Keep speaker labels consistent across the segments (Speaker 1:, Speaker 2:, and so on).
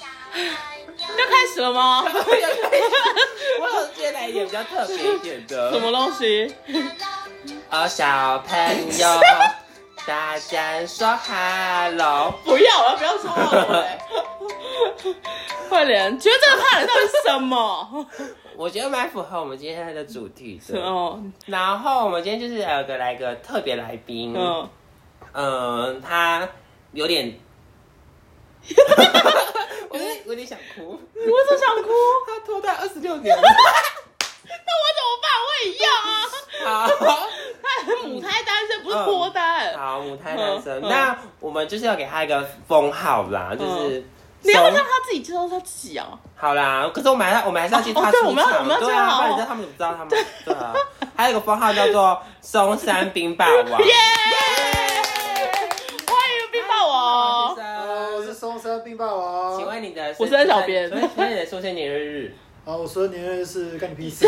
Speaker 1: 要开始了吗？
Speaker 2: 我有接来一点比较特别一点
Speaker 1: 什
Speaker 2: 的。
Speaker 1: 么东西？
Speaker 2: 哦，小朋友，大家说 hello。
Speaker 1: 不要，我要不要说话了嘞？快点，觉得这个怕人到底是什么？
Speaker 2: 我觉得蛮符合我们今天的主题的。
Speaker 1: 哦，
Speaker 2: 然后我们今天就是有个来个特别来宾，嗯、
Speaker 1: 嗯，
Speaker 2: 他有点， 我有点有点想哭，
Speaker 1: 我是想哭，
Speaker 2: 他拖到二十六年了。
Speaker 1: 那我怎么办？我也要啊！
Speaker 2: 好，
Speaker 1: 他是母胎单身，不是脱单。
Speaker 2: 好，母胎单身。
Speaker 1: 嗯嗯
Speaker 2: 那我们就是要给他一个封号啦，就是
Speaker 1: 哦你要不
Speaker 2: 松
Speaker 1: 要让他自己介绍他自己啊？
Speaker 2: 好啦，可是我们还是我们还是要去
Speaker 1: 哦
Speaker 2: 他
Speaker 1: 对
Speaker 2: 出
Speaker 1: 我们要我
Speaker 2: 场，
Speaker 1: 们要
Speaker 2: 对
Speaker 1: 这样
Speaker 2: 啊，
Speaker 1: 哦
Speaker 2: 不然你知道他们怎么知道他们？对啊，还有一个封号叫做松山冰霸王。
Speaker 1: 耶！欢迎冰霸王。
Speaker 3: Hello，我是松山冰霸王。
Speaker 2: 请问你的
Speaker 1: 哦我是很小编
Speaker 2: 请问请问你的出生年 月日？
Speaker 3: 啊，我说年日是干你屁事。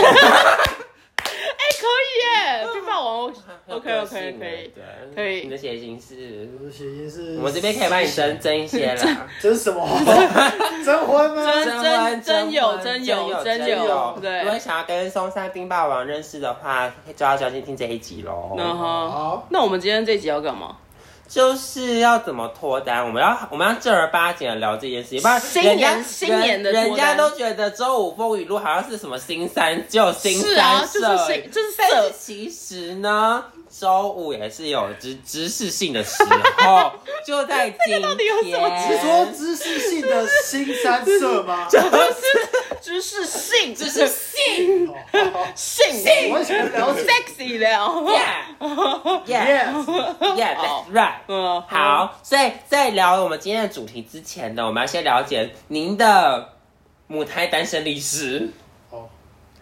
Speaker 1: 哎，可以耶，冰霸王，OK
Speaker 2: 很有
Speaker 1: OK
Speaker 2: 个性
Speaker 1: 可以。
Speaker 2: 对
Speaker 1: 可以
Speaker 2: 你的血型是？
Speaker 3: 我的谐音是，
Speaker 2: 我们这边可以帮你增增一些 啦。
Speaker 3: 这是 什么？征婚吗？
Speaker 1: 真
Speaker 2: 婚
Speaker 1: 真有
Speaker 2: 婚
Speaker 1: 真有真
Speaker 2: 真
Speaker 1: 有对
Speaker 2: 如果想要跟松山冰霸王认识的话，就要小心听这一集喽。
Speaker 1: 嗯哼
Speaker 3: 好，
Speaker 1: 那我们今天这集要干嘛？
Speaker 2: 就是要怎么脱单，我们要我们要正儿八经的聊这件事情，不然
Speaker 1: 新
Speaker 2: 人家
Speaker 1: 年新年的脱单
Speaker 2: 人人家都觉得周五风雨录好像是什么新三旧新
Speaker 1: 是
Speaker 2: 三
Speaker 1: 啊，
Speaker 2: 社，
Speaker 1: 就是新，就是
Speaker 2: 但是
Speaker 1: 色。
Speaker 2: 其实呢，周五也是有知知识性的时候， 就在今天。
Speaker 1: 到底有什么
Speaker 3: 你说知识性的新三 色吗？
Speaker 1: 就是就是性，就是性
Speaker 3: 哦好
Speaker 1: 性
Speaker 3: 我想了解。
Speaker 1: sexy 的。
Speaker 2: Yeah, yeah,
Speaker 3: Yes，
Speaker 2: yeah, that's right.
Speaker 1: 嗯，
Speaker 2: 好，所以在聊我们今天的主题之前呢，我们要先了解您的母胎单身历史。
Speaker 3: 哦，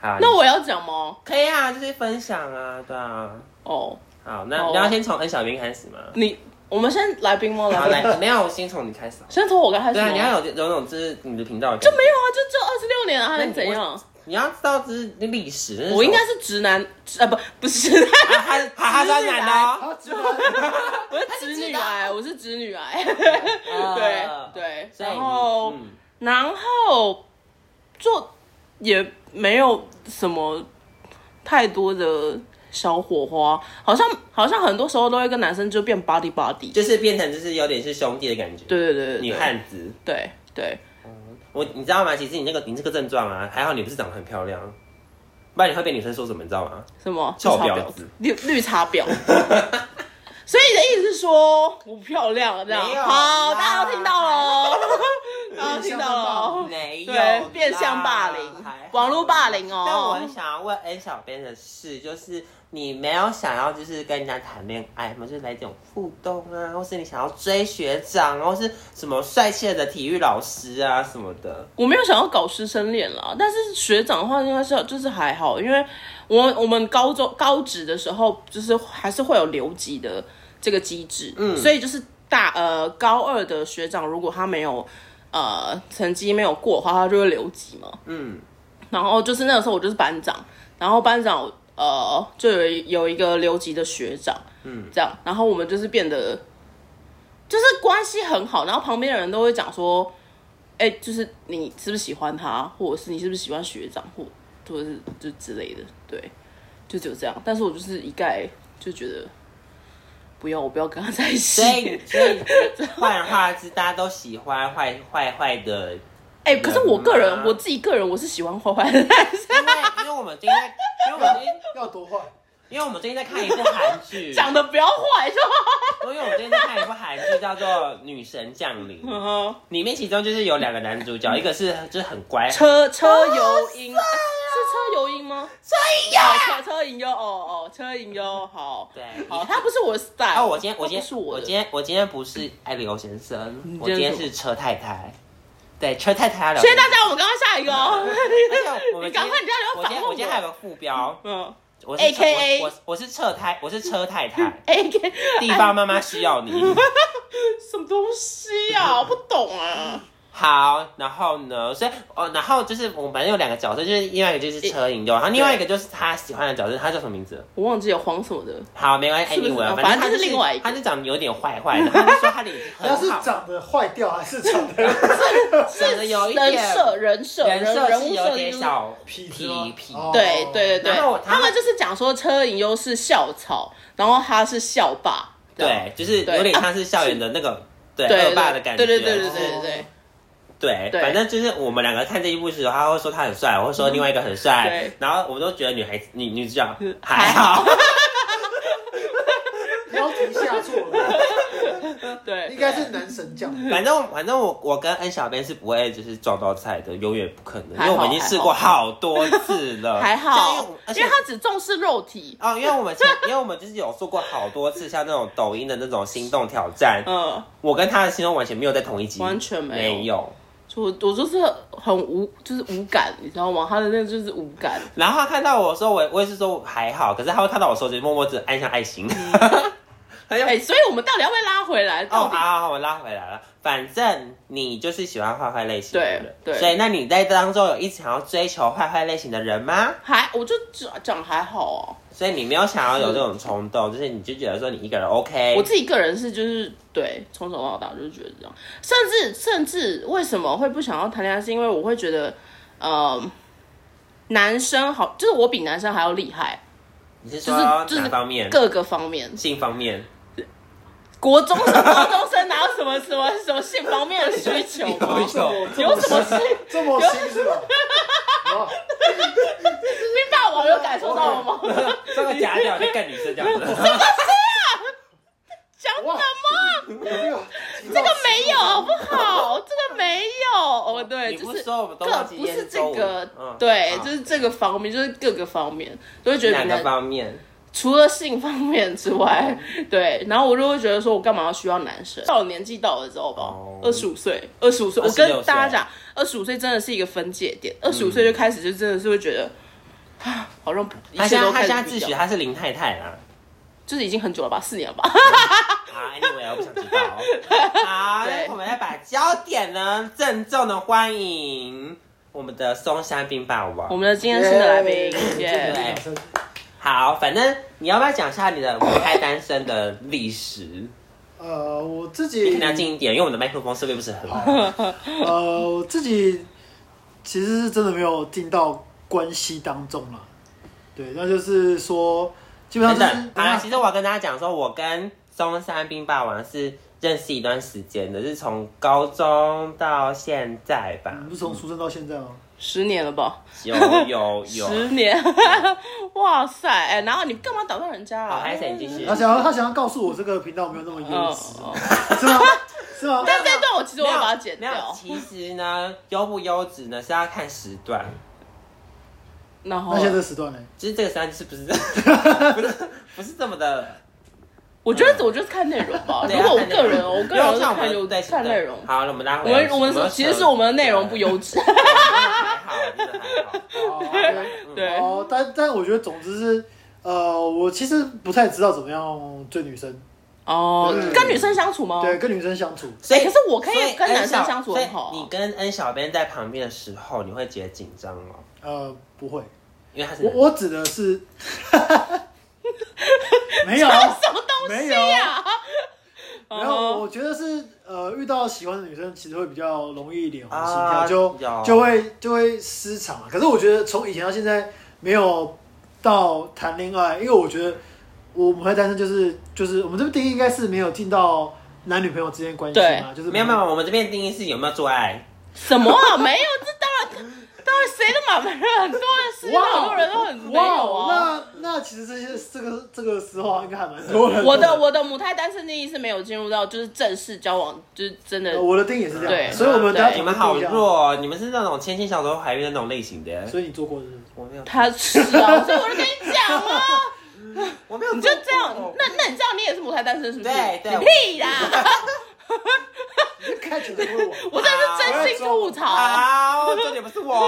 Speaker 2: 好，
Speaker 1: 那我要讲吗？
Speaker 2: 可以啊，就是分享啊，对啊。
Speaker 1: 哦，
Speaker 2: 好，那
Speaker 1: 好啊嗯
Speaker 2: 你要先从 N 小兵开始吗？
Speaker 1: 你我们先来宾吗？
Speaker 2: 好，
Speaker 1: 来宾，
Speaker 2: 来，没有，我先从你开始啊。
Speaker 1: 先从我刚开始
Speaker 2: 对
Speaker 1: 吗。
Speaker 2: 啊，你要有有种就是你的频道的感
Speaker 1: 就
Speaker 2: 觉
Speaker 1: 没有啊，就就二十六年啊，还
Speaker 2: 那
Speaker 1: 能
Speaker 2: 你
Speaker 1: 怎样？
Speaker 2: 你要知道这是历史。这是
Speaker 1: 我应该
Speaker 2: 什
Speaker 1: 是直男，啊不不是直男，
Speaker 2: 么啊，他他他是男的哦。
Speaker 3: 好，知道了
Speaker 1: 我是直女癌，我是直女 癌。对
Speaker 2: 呃
Speaker 1: 哦对，
Speaker 2: 所以你
Speaker 1: 然后
Speaker 2: 嗯
Speaker 1: 然后就也没有什么太多的小火花，好像好像很多时候都会跟男生就变 body body。
Speaker 2: 就是变成就是有点是兄弟的感觉，
Speaker 1: 对对对对，
Speaker 2: 女汉子。
Speaker 1: 对对，
Speaker 2: 我你知道吗？其实你那个你这个症状啊，还好你不是长得很漂亮，不然你会被女生说什么？你知道吗？
Speaker 1: 什么
Speaker 2: 臭
Speaker 1: 绿茶
Speaker 2: 婊子
Speaker 1: 绿绿茶 婊。所以你的意思是说我不漂亮这样
Speaker 2: 没？有
Speaker 1: 好，
Speaker 2: 啦
Speaker 1: 大家都听到 了，大家都听到了哦。
Speaker 2: 没
Speaker 1: 对，变相霸凌，网络霸。凌哦。
Speaker 2: 但我很想要问 N 小编的事，就是你没有想要就是跟人家谈恋爱吗？就是来这种互动啊，或是你想要追学长，啊或是什么帅气的体育老师啊什么的。
Speaker 1: 我没有想要搞师生恋啦，但是学长的话应该是就是还好，因为我我们高中高职的时候就是还是会有留级的这个机制，嗯，所以就是大呃高二的学长如果他没有呃成绩没有过的话，他就会留级嘛，
Speaker 2: 嗯，
Speaker 1: 然后就是那个时候我就是班长，然后班长呃就有一有一个留级的学长，嗯，这样，然后我们就是变得就是关系很好，然后旁边的人都会讲说，哎、就是你是不是喜欢他，或者是你是不是喜欢学长，或或者是就之类的，
Speaker 2: 嗯
Speaker 1: 对，就只有这样。但是我就是一概就觉得不要，我不要跟他在一起
Speaker 2: 所。以所以换话是大家都喜欢坏坏坏的
Speaker 1: 哎、可是我个
Speaker 2: 人
Speaker 1: 人
Speaker 2: 吗
Speaker 1: 我自己个人我是喜欢坏坏的 男生，
Speaker 2: 因为因为我们最近在，因为我们最近，
Speaker 3: 要多坏？
Speaker 2: 因为我们最近在看一部韩 剧，
Speaker 1: 长得不要坏就好。
Speaker 2: 因为我们最近在看一部韩剧叫做《女神降临》，
Speaker 1: 嗯哼
Speaker 2: 里面其中就是有两个男主角，一个是就是很乖，
Speaker 1: 嗯车车油音、
Speaker 2: 啊
Speaker 1: 是车油音吗？车银优、车车银优哦哦，车银优好，
Speaker 2: 对
Speaker 1: 好，他不是我的 style。
Speaker 2: 哦，我今天我
Speaker 1: 他
Speaker 2: 今
Speaker 1: 不是
Speaker 2: 天
Speaker 1: 我
Speaker 2: 我
Speaker 1: 的
Speaker 2: 今天我今天不是爱刘先生，我
Speaker 1: 今
Speaker 2: 今
Speaker 1: 天
Speaker 2: 天是车太太，对，车太太要聊
Speaker 1: 所
Speaker 2: 天。
Speaker 1: 以大家，我们刚刚下一个哦，
Speaker 2: 而且我们
Speaker 1: 你赶快你这
Speaker 2: 今天
Speaker 1: 样就
Speaker 2: 我
Speaker 1: 反
Speaker 2: 今天
Speaker 1: 问
Speaker 2: 我今天还有个副标，
Speaker 1: 嗯
Speaker 2: 我是车
Speaker 1: AKA
Speaker 2: 我我我是车太我是车太太，
Speaker 1: ，A K
Speaker 2: 地方妈妈需要你。嗯
Speaker 1: 什么东西啊？我不懂啊。
Speaker 2: 好，然后呢？所以哦，然后就是我们有两个角色，就是另外一个就是车银优，然后另外一个就是他喜欢的角色，他叫什么名字？
Speaker 1: 我忘记了黄什么的，
Speaker 2: 好，没关系，哎
Speaker 1: 是不是
Speaker 2: anyway，
Speaker 1: 哦
Speaker 2: 啊反
Speaker 1: 反正
Speaker 2: 他
Speaker 1: 就是
Speaker 2: 是
Speaker 1: 另外一个
Speaker 2: 他就长得有点坏坏 的，他就说他脸已经
Speaker 3: 他
Speaker 2: 很
Speaker 3: 是
Speaker 2: 好，
Speaker 3: 长得坏掉还是长得
Speaker 2: 长得有一
Speaker 1: 人
Speaker 2: 点
Speaker 1: 设人设
Speaker 2: 人
Speaker 1: 人人
Speaker 2: 是
Speaker 1: 物
Speaker 2: 有
Speaker 1: 设定
Speaker 2: 点
Speaker 1: 就是
Speaker 2: 小
Speaker 3: 痞子吗
Speaker 2: 痞痞
Speaker 3: 哦
Speaker 1: 对对对对，
Speaker 2: 然后他
Speaker 1: 他们就是讲说车银优是校草，然后他是校霸，这样
Speaker 2: 对，就是
Speaker 1: 对
Speaker 2: 有点像是校园的那 个对
Speaker 1: 对
Speaker 2: 恶霸的感觉。
Speaker 1: 对对对对对
Speaker 3: 哦
Speaker 1: 对对
Speaker 2: 对
Speaker 1: 对嗯
Speaker 2: 反正就是我们两个看这一部时候，他会说他很帅，我会说另外一个很帅，
Speaker 1: 对
Speaker 2: 然后我们都觉得女孩子女女主角
Speaker 1: 嗯
Speaker 2: 还
Speaker 1: 还
Speaker 2: 好
Speaker 1: 好，
Speaker 3: 标题下错了？
Speaker 1: 对，
Speaker 3: 应该是男神降临。
Speaker 2: 反正反正我我跟恩小编是不会就是撞到菜的，永远不可能，因
Speaker 1: 还好
Speaker 2: 为我们已经试过好多次 了，
Speaker 1: 还
Speaker 2: 像因为
Speaker 1: 好
Speaker 2: 我，
Speaker 1: 因
Speaker 2: 而且
Speaker 1: 为。他只重视肉体，
Speaker 2: 哦，因为我们前， 因为我们就是有做过好多次像那种抖音的那种心动挑战，
Speaker 1: 嗯，
Speaker 2: 我跟他的心动完全没有在同一集，
Speaker 1: 完全没有
Speaker 2: 没有。
Speaker 1: 就我我就是很无，就是无感，你知道吗？他的那个就是无感，
Speaker 2: 然后他看到我说我我也是说还好，可是他会看到我手机默默只按下爱心。
Speaker 1: 嗯
Speaker 2: 很有
Speaker 1: 哎、所以我们到底要被拉回来？
Speaker 2: 哦，好
Speaker 1: 到底、
Speaker 2: 好好，我拉回来了。反正你就是喜欢坏坏类型的人，
Speaker 1: 对对
Speaker 2: 所以那你在当中有一直想要追求坏坏类型的人吗？
Speaker 1: 还，我就讲讲还好
Speaker 2: 所以你没有想要有这种 冲动，就是你就觉得说你一个人
Speaker 1: 哦。我
Speaker 2: OK。
Speaker 1: 自己个人是就是对，从小到大就是觉得这样，甚至甚至为什么会不想要谈恋爱，是因为我会觉得，呃，男生好，就是我比男生还要厉害，
Speaker 2: 你是
Speaker 1: 就
Speaker 2: 说
Speaker 1: 是
Speaker 2: 啊哪
Speaker 1: 就是
Speaker 2: 方面？
Speaker 1: 各个方面，
Speaker 2: 性 方面？
Speaker 1: 国中生、高中生哪有什么什么什么性方面的需求 吗？
Speaker 2: 有一种
Speaker 1: 有什么事？
Speaker 3: 这么新是 吧？哦
Speaker 1: 冰霸王有感受到了吗？
Speaker 2: 这个假屌在干女生这样子，
Speaker 1: 讲什
Speaker 3: 哇
Speaker 1: 么？
Speaker 3: 有没有这
Speaker 1: 这个没有好不好？这个没有哦， 对，
Speaker 2: 你
Speaker 1: 就
Speaker 2: 不
Speaker 1: 是
Speaker 2: 说我们都
Speaker 1: 各
Speaker 2: 忘记
Speaker 1: 不
Speaker 2: 今天
Speaker 1: 是
Speaker 2: 是
Speaker 1: 这
Speaker 2: 周五
Speaker 1: 个
Speaker 2: 嗯，
Speaker 1: 对，
Speaker 2: 好
Speaker 1: 就是这个方面，就是各个方面都会觉得
Speaker 2: 哪
Speaker 1: 比
Speaker 2: 个
Speaker 1: 男，
Speaker 2: 方哦面？
Speaker 1: 除了性方面之外， 对，然后我就会觉得说我干嘛要需要男生？到了年纪到了之后吧
Speaker 2: 哦，
Speaker 1: 二十五岁，二十五岁，我
Speaker 2: 26
Speaker 1: 跟大家讲，二十五岁真的是一个分界点，二十五岁就开始就真的是会觉得。啊，好像一
Speaker 2: 嗯他
Speaker 1: 切
Speaker 2: 现
Speaker 1: 都
Speaker 2: 在他
Speaker 1: 开
Speaker 2: 现
Speaker 1: 始
Speaker 2: 在
Speaker 1: 不
Speaker 2: 自
Speaker 1: 一样
Speaker 2: 诩他是林太太 啦。
Speaker 1: 就是已经很久了吧，四年了吧。
Speaker 2: 啊，anyway，我不想知道。好，
Speaker 1: 对
Speaker 2: 我们要把焦点呢，郑重的欢迎我们的松山冰霸
Speaker 1: 我
Speaker 2: 王。
Speaker 1: 们的今天新的来宾，
Speaker 2: 对
Speaker 1: 耶！
Speaker 2: 好，反正你要不要讲一下你的母胎单身的历史？
Speaker 3: 呃，我自
Speaker 2: 你可
Speaker 3: 己
Speaker 2: 能要近一点，因为我们的麦克风设备不是很好。
Speaker 3: 呃，我自己其实是真的没有进到关系当中了。对，那就是说，基本
Speaker 2: 等
Speaker 3: 上就
Speaker 2: 等
Speaker 3: 是，啊
Speaker 2: 好啦，其实我要跟大家讲说，我跟松山冰霸王是认识一段时间的，是从高中到现在吧
Speaker 3: 你。不是从出生到现在哦吗？
Speaker 1: 十年了吧？
Speaker 2: 有有有，
Speaker 1: 十年， 哇塞！哎，然后你干嘛打断人家
Speaker 2: 好，
Speaker 1: 啊？
Speaker 2: 还是你继续
Speaker 3: 他。想要他想要告诉我这个频道没有那么
Speaker 1: 嗯
Speaker 3: 优质，
Speaker 1: 哦
Speaker 3: 是吗？是 吗？
Speaker 1: 但这段我其实
Speaker 2: 没
Speaker 1: 我
Speaker 2: 有
Speaker 1: 会把它剪
Speaker 2: 没有
Speaker 1: 掉。
Speaker 2: 其实呢，优不优质呢是要看时段，
Speaker 1: 然后
Speaker 3: 那现在这时段呢？
Speaker 2: 就是这个时段是不是不是不是这 么的？
Speaker 1: 我觉得我就是看内容 吧。
Speaker 2: 对
Speaker 1: 如
Speaker 2: 啊
Speaker 1: 果我
Speaker 2: 看内
Speaker 1: 个
Speaker 2: 容
Speaker 1: 人，哦我个
Speaker 2: 因为
Speaker 1: 人是
Speaker 2: 像我
Speaker 1: 看
Speaker 2: 们
Speaker 1: 优
Speaker 2: 对
Speaker 1: 看内容。
Speaker 2: 好，那我们拉
Speaker 1: 我
Speaker 2: 回来。
Speaker 1: 们我们
Speaker 2: 扯
Speaker 1: 其实是我们的内容不优 质，
Speaker 2: 对还好，真的还好。
Speaker 3: 哦
Speaker 1: 对
Speaker 3: 哦，但但我觉得总之是，呃，我其实不太知道怎么样追女生，
Speaker 1: 哦
Speaker 3: 嗯，
Speaker 1: 跟女生相处吗？
Speaker 3: 对，跟女生相处。
Speaker 2: 所
Speaker 1: 哎可是我可以
Speaker 2: 所
Speaker 1: 跟
Speaker 2: N
Speaker 1: 男生
Speaker 2: 小
Speaker 1: 相处很好啊
Speaker 2: 所以你跟 N 小编在旁边的时候，你会觉得紧张哦，
Speaker 3: 呃，不会，
Speaker 2: 因为他是
Speaker 3: 我我指的是， 没有，
Speaker 1: 什么东
Speaker 3: 没
Speaker 1: 西啊
Speaker 3: 有，
Speaker 1: 呀？
Speaker 3: 没有，我觉得是呃，遇到喜欢的女生，其实会比较容易脸红心跳，
Speaker 2: 啊
Speaker 3: 就
Speaker 2: 有
Speaker 3: 就会就会失常啊。可是我觉得从以前到现在，没有到谈恋爱，因为我觉得我们会单身就是就是我们这个定义应该是没有进到男女朋友之间关系嘛，就是
Speaker 2: 没有没有，我们这边的定义是有没有做爱。
Speaker 1: 什么啊？没有，这当然，当然谁都满满人很多啊人，世界上很多人都很没
Speaker 3: 哇
Speaker 1: 有
Speaker 3: 哦，
Speaker 1: 啊。
Speaker 3: 那那其实这些这个这个时候啊应该还蛮多人。
Speaker 1: 我的我的母胎单身定义是没有进入到就是正式交往，就是真的
Speaker 3: 呃。我的定义也是这样，
Speaker 1: 对
Speaker 3: 所以我们
Speaker 1: 对
Speaker 3: 大家
Speaker 2: 你
Speaker 3: 怎
Speaker 2: 们
Speaker 3: 么
Speaker 2: 好，弱哦，你们是那种千金小说怀孕的那种类型的。
Speaker 3: 所以你做过是不是？
Speaker 2: 我没有，
Speaker 1: 他是啊，所以我就跟你讲啊，
Speaker 2: 我没有，
Speaker 1: 你就这样。那那你这样你也是母胎单身是不是？
Speaker 2: 对对
Speaker 1: 你屁 啊啦！
Speaker 3: 你看起来问我，
Speaker 1: 我这是真心吐槽。
Speaker 2: 好，重点不是我。
Speaker 1: 是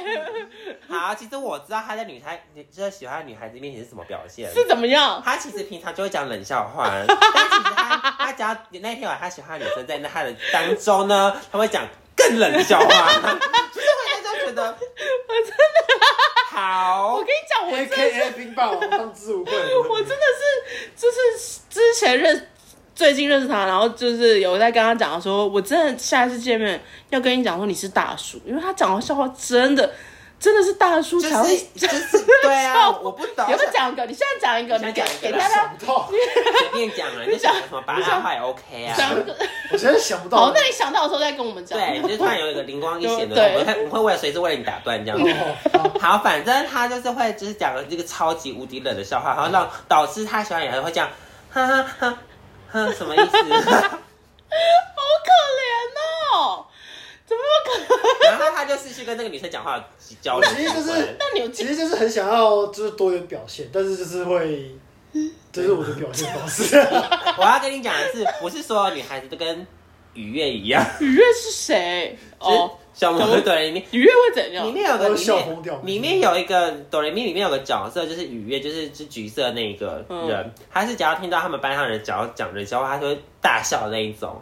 Speaker 1: 你
Speaker 2: 好，啊，其实我知道他在女孩，就是喜欢的女孩子面前是什么表现。
Speaker 1: 是怎么样？
Speaker 2: 他其实平常就会讲冷笑话， 但其实他他只要那天晚上他喜欢的女生在那他的当中呢，他会讲更冷的笑 话，就是会大家觉得我真的好
Speaker 1: 我跟你讲，我
Speaker 3: A
Speaker 1: 真
Speaker 3: K
Speaker 1: 的
Speaker 3: A 冰霸王当之无愧。
Speaker 1: 我真的是就是之前认。最近认识他，然后就是有在跟他讲说，我真的下一次见面要跟你讲说你是大叔，因为他讲的笑话真的真的是大叔
Speaker 2: 就
Speaker 1: 才会
Speaker 2: 是就是对啊，我不懂，
Speaker 1: 有没有讲一个？你现在讲一个，
Speaker 2: 你
Speaker 1: 你
Speaker 2: 现
Speaker 1: 给给
Speaker 2: 在讲一个
Speaker 1: 大家
Speaker 3: 想不到，
Speaker 2: 随便讲啊了，你想什么八大话也 OK 啊。
Speaker 1: 讲一个。
Speaker 3: 我真的想不
Speaker 1: 好
Speaker 3: 到，
Speaker 1: 那。你想到的时候再跟我们讲。
Speaker 2: 对，就是突然有一个灵光一现的，
Speaker 1: 对
Speaker 2: 我们会我们会为了随时为了你打断这样子。
Speaker 3: 哦
Speaker 2: 好，反正他就是会就是讲了这个超级无敌冷的笑话，然后让导致他喜欢的人会这样，哈哈哈，哈什么意思？
Speaker 1: 好可怜哦，怎么有可能？
Speaker 2: 然后他就是去跟那个女生讲话交流，
Speaker 3: 我其实就是
Speaker 1: 那你有
Speaker 3: 其
Speaker 1: 记
Speaker 3: 实就是很想要就是多元表现，但是就是会，
Speaker 1: 嗯
Speaker 3: 这、是我的表现 方式。
Speaker 2: 我要跟你讲的是，不是所有女孩子都跟愉悦一样，
Speaker 1: 雨月是谁？
Speaker 2: 就是
Speaker 1: 哦，
Speaker 2: 小魔女朵蕾咪。
Speaker 1: 雨月会怎样
Speaker 2: 里？面有个
Speaker 3: 我
Speaker 2: 里
Speaker 3: 笑疯掉
Speaker 2: 面，里面有一个哆来咪，里面有个角色就是雨月，就是是橘色那个
Speaker 3: 嗯
Speaker 2: 人，他是只要听到他们班上人只要讲冷笑话，他就会大笑的那一种，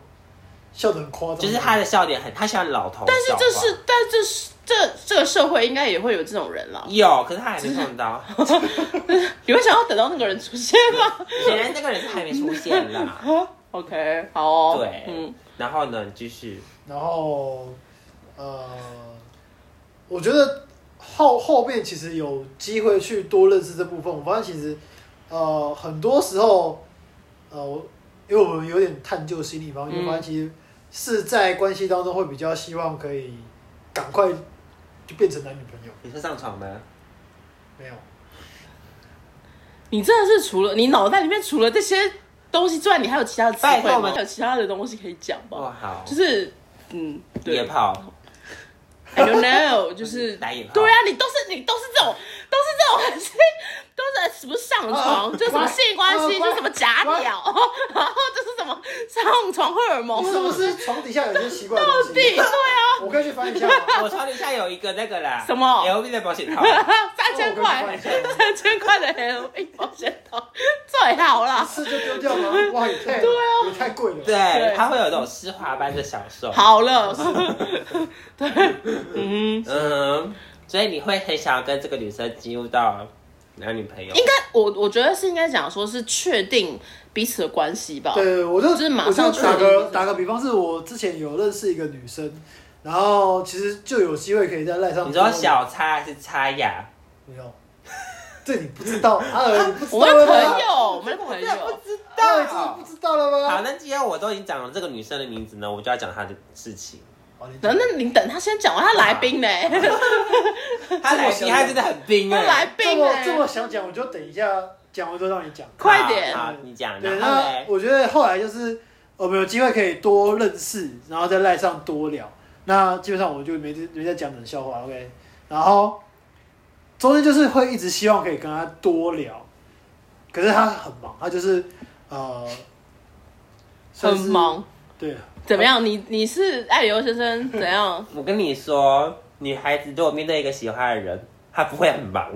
Speaker 3: 笑得很夸张，
Speaker 2: 就是他的笑点很，他喜欢老头笑话。
Speaker 1: 但是这是，但这是这这个社会应该也会有这种人啦。
Speaker 2: 有，可是他还没碰到，
Speaker 1: 你会想要等到那个人出现 吗
Speaker 2: 显然那个人是还没出现啦。
Speaker 1: ？OK，好哦。
Speaker 2: 啊对，
Speaker 1: 嗯，
Speaker 2: 然后呢，继续，
Speaker 3: 然后呃，我觉得后后面其实有机会去多认识这部分，我发现其实呃很多时候呃，我因为我们有点探究心理方
Speaker 1: 嗯
Speaker 3: 面，发现其实是在关系当中会比较希望可以赶快就变成男女朋友，
Speaker 2: 你是上床吗？
Speaker 3: 没有。
Speaker 1: 你真的是除了你脑袋里面除了这些东西之外，你还有其他的词
Speaker 2: 拜
Speaker 1: 汇
Speaker 2: 托我
Speaker 1: 吗？
Speaker 2: 们
Speaker 1: 还有其他的东西可以讲
Speaker 2: 哦，
Speaker 1: 吧？
Speaker 2: 好，
Speaker 1: 就是嗯，对
Speaker 2: 野炮，
Speaker 1: I don't know，就是
Speaker 2: 打野炮
Speaker 1: 对啊，你都是你都是这种，都是这种很是都是什么上
Speaker 3: 啊
Speaker 1: 床，就什么
Speaker 3: 乖
Speaker 1: 性关系，
Speaker 3: 啊乖
Speaker 1: 就什么假
Speaker 3: 乖
Speaker 1: 鸟， 然后就是什么上床荷尔蒙，
Speaker 3: 你是不是床底下有些奇怪的东
Speaker 1: 对
Speaker 3: 西？
Speaker 1: 对啊，
Speaker 3: 我可以去翻一下
Speaker 2: 我
Speaker 3: 吗？
Speaker 2: 床底下有一个那个啦，
Speaker 1: 什么
Speaker 2: ？LV 的保险套，
Speaker 1: 三千
Speaker 3: 哦我
Speaker 1: 块，
Speaker 3: 跟你讲
Speaker 1: 三千块的 L V 保险套最好
Speaker 3: 一
Speaker 1: 啦。
Speaker 3: 次就丢掉吗？哇，也太
Speaker 1: 对啊
Speaker 3: 也太贵了。
Speaker 2: 对，
Speaker 1: 对
Speaker 2: 它会有那种丝滑般的享受。
Speaker 1: 好 了，对，嗯，
Speaker 2: 嗯，所以你会很想要跟这个女生进入到男女朋友？
Speaker 1: 应该我我觉得是应该讲说是确定彼此的关系吧，
Speaker 3: 对，我就
Speaker 1: 就是马上
Speaker 3: 我就打
Speaker 1: 确定就
Speaker 3: 个
Speaker 1: 是
Speaker 3: 打个比方，是我之前有认识一个女生，然后其实就有机会可以在赖上。
Speaker 2: 你说小叉还是叉呀？
Speaker 3: 没有？这你不知道，阿 尔你不知
Speaker 1: 我
Speaker 3: 道
Speaker 1: 们的
Speaker 3: 了吧
Speaker 1: 朋，友，我们的朋友，
Speaker 2: 知
Speaker 3: 阿尔真的不知道了
Speaker 2: 好，
Speaker 3: 吗？
Speaker 2: 那既然我都已经讲了这个女生的名字呢，我就要讲她的事情。
Speaker 3: 好哦你
Speaker 1: 等等，你等他先讲完，他来宾呢？
Speaker 2: 她来宾，她真的很冰
Speaker 1: 他来
Speaker 2: 哎。
Speaker 3: 这
Speaker 1: 宾
Speaker 3: 么
Speaker 1: 呢？
Speaker 3: 这么想讲，我就等一下讲完之后让你讲。
Speaker 1: 快点
Speaker 2: 好，好你讲。
Speaker 3: 对，
Speaker 2: 然后
Speaker 3: 那
Speaker 2: 嘞，
Speaker 3: 我觉得后来就是我们有机会可以多认识，然后在赖上多聊。那基本上我就没没在讲冷笑话，OK。然后中间就是会一直希望可以跟他多聊，可是他很忙，他就是呃
Speaker 1: 很，忙，
Speaker 3: 算是对，
Speaker 1: 怎么样？你你是爱刘先生怎样？
Speaker 2: 我跟你说，女孩子如果面对一个喜欢的人，她不会很忙，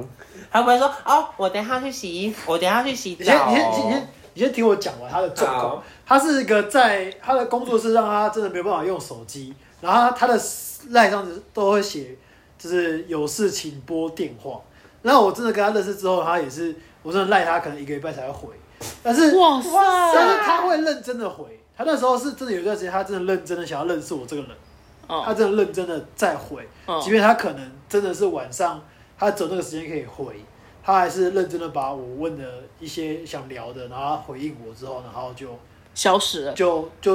Speaker 2: 她不会说哦，我等一下去洗衣服，我等一下去洗
Speaker 3: 你先
Speaker 2: 澡
Speaker 3: 你 先你先你先听我讲完他的状况
Speaker 2: 哦好。
Speaker 3: 他是一个在他的工作室让他真的没有办法用手机，然后他的赖上都会写就是有事请拨电话。然后我真的跟他认识之后，他也是我真的赖他可能一个礼拜才会回，但是
Speaker 1: 哇
Speaker 3: 但是
Speaker 1: 塞！
Speaker 3: 他会认真的回。他那时候是真的有一段时间，他真的认真的想要认识我这个人，他
Speaker 1: 哦，
Speaker 3: 真的认真的在回，
Speaker 1: 嗯
Speaker 3: 即便他可能真的是晚上，他走那个时间可以回，他还是认真的把我问的一些想聊的，然后他回应我之后，然后就
Speaker 1: 消失了，
Speaker 3: 就就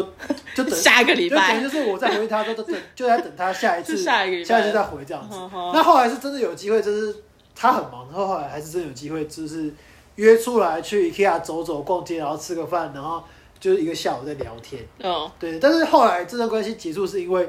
Speaker 3: 就 等
Speaker 1: 下一个礼
Speaker 3: 就等于
Speaker 1: 拜。
Speaker 3: 就是我在回他，都等就在等他下一 次
Speaker 1: 是下一个礼拜
Speaker 3: 次再回这样子
Speaker 1: 嗯哼。
Speaker 3: 那后来是真的有机会，就是他很忙，然后后来还是真的有机会，就是约出来去 IKEA 走走、逛街，然后吃个饭，然后就是一个下午在聊天。
Speaker 1: 嗯，
Speaker 3: 对，但是后来这段关系结束是因为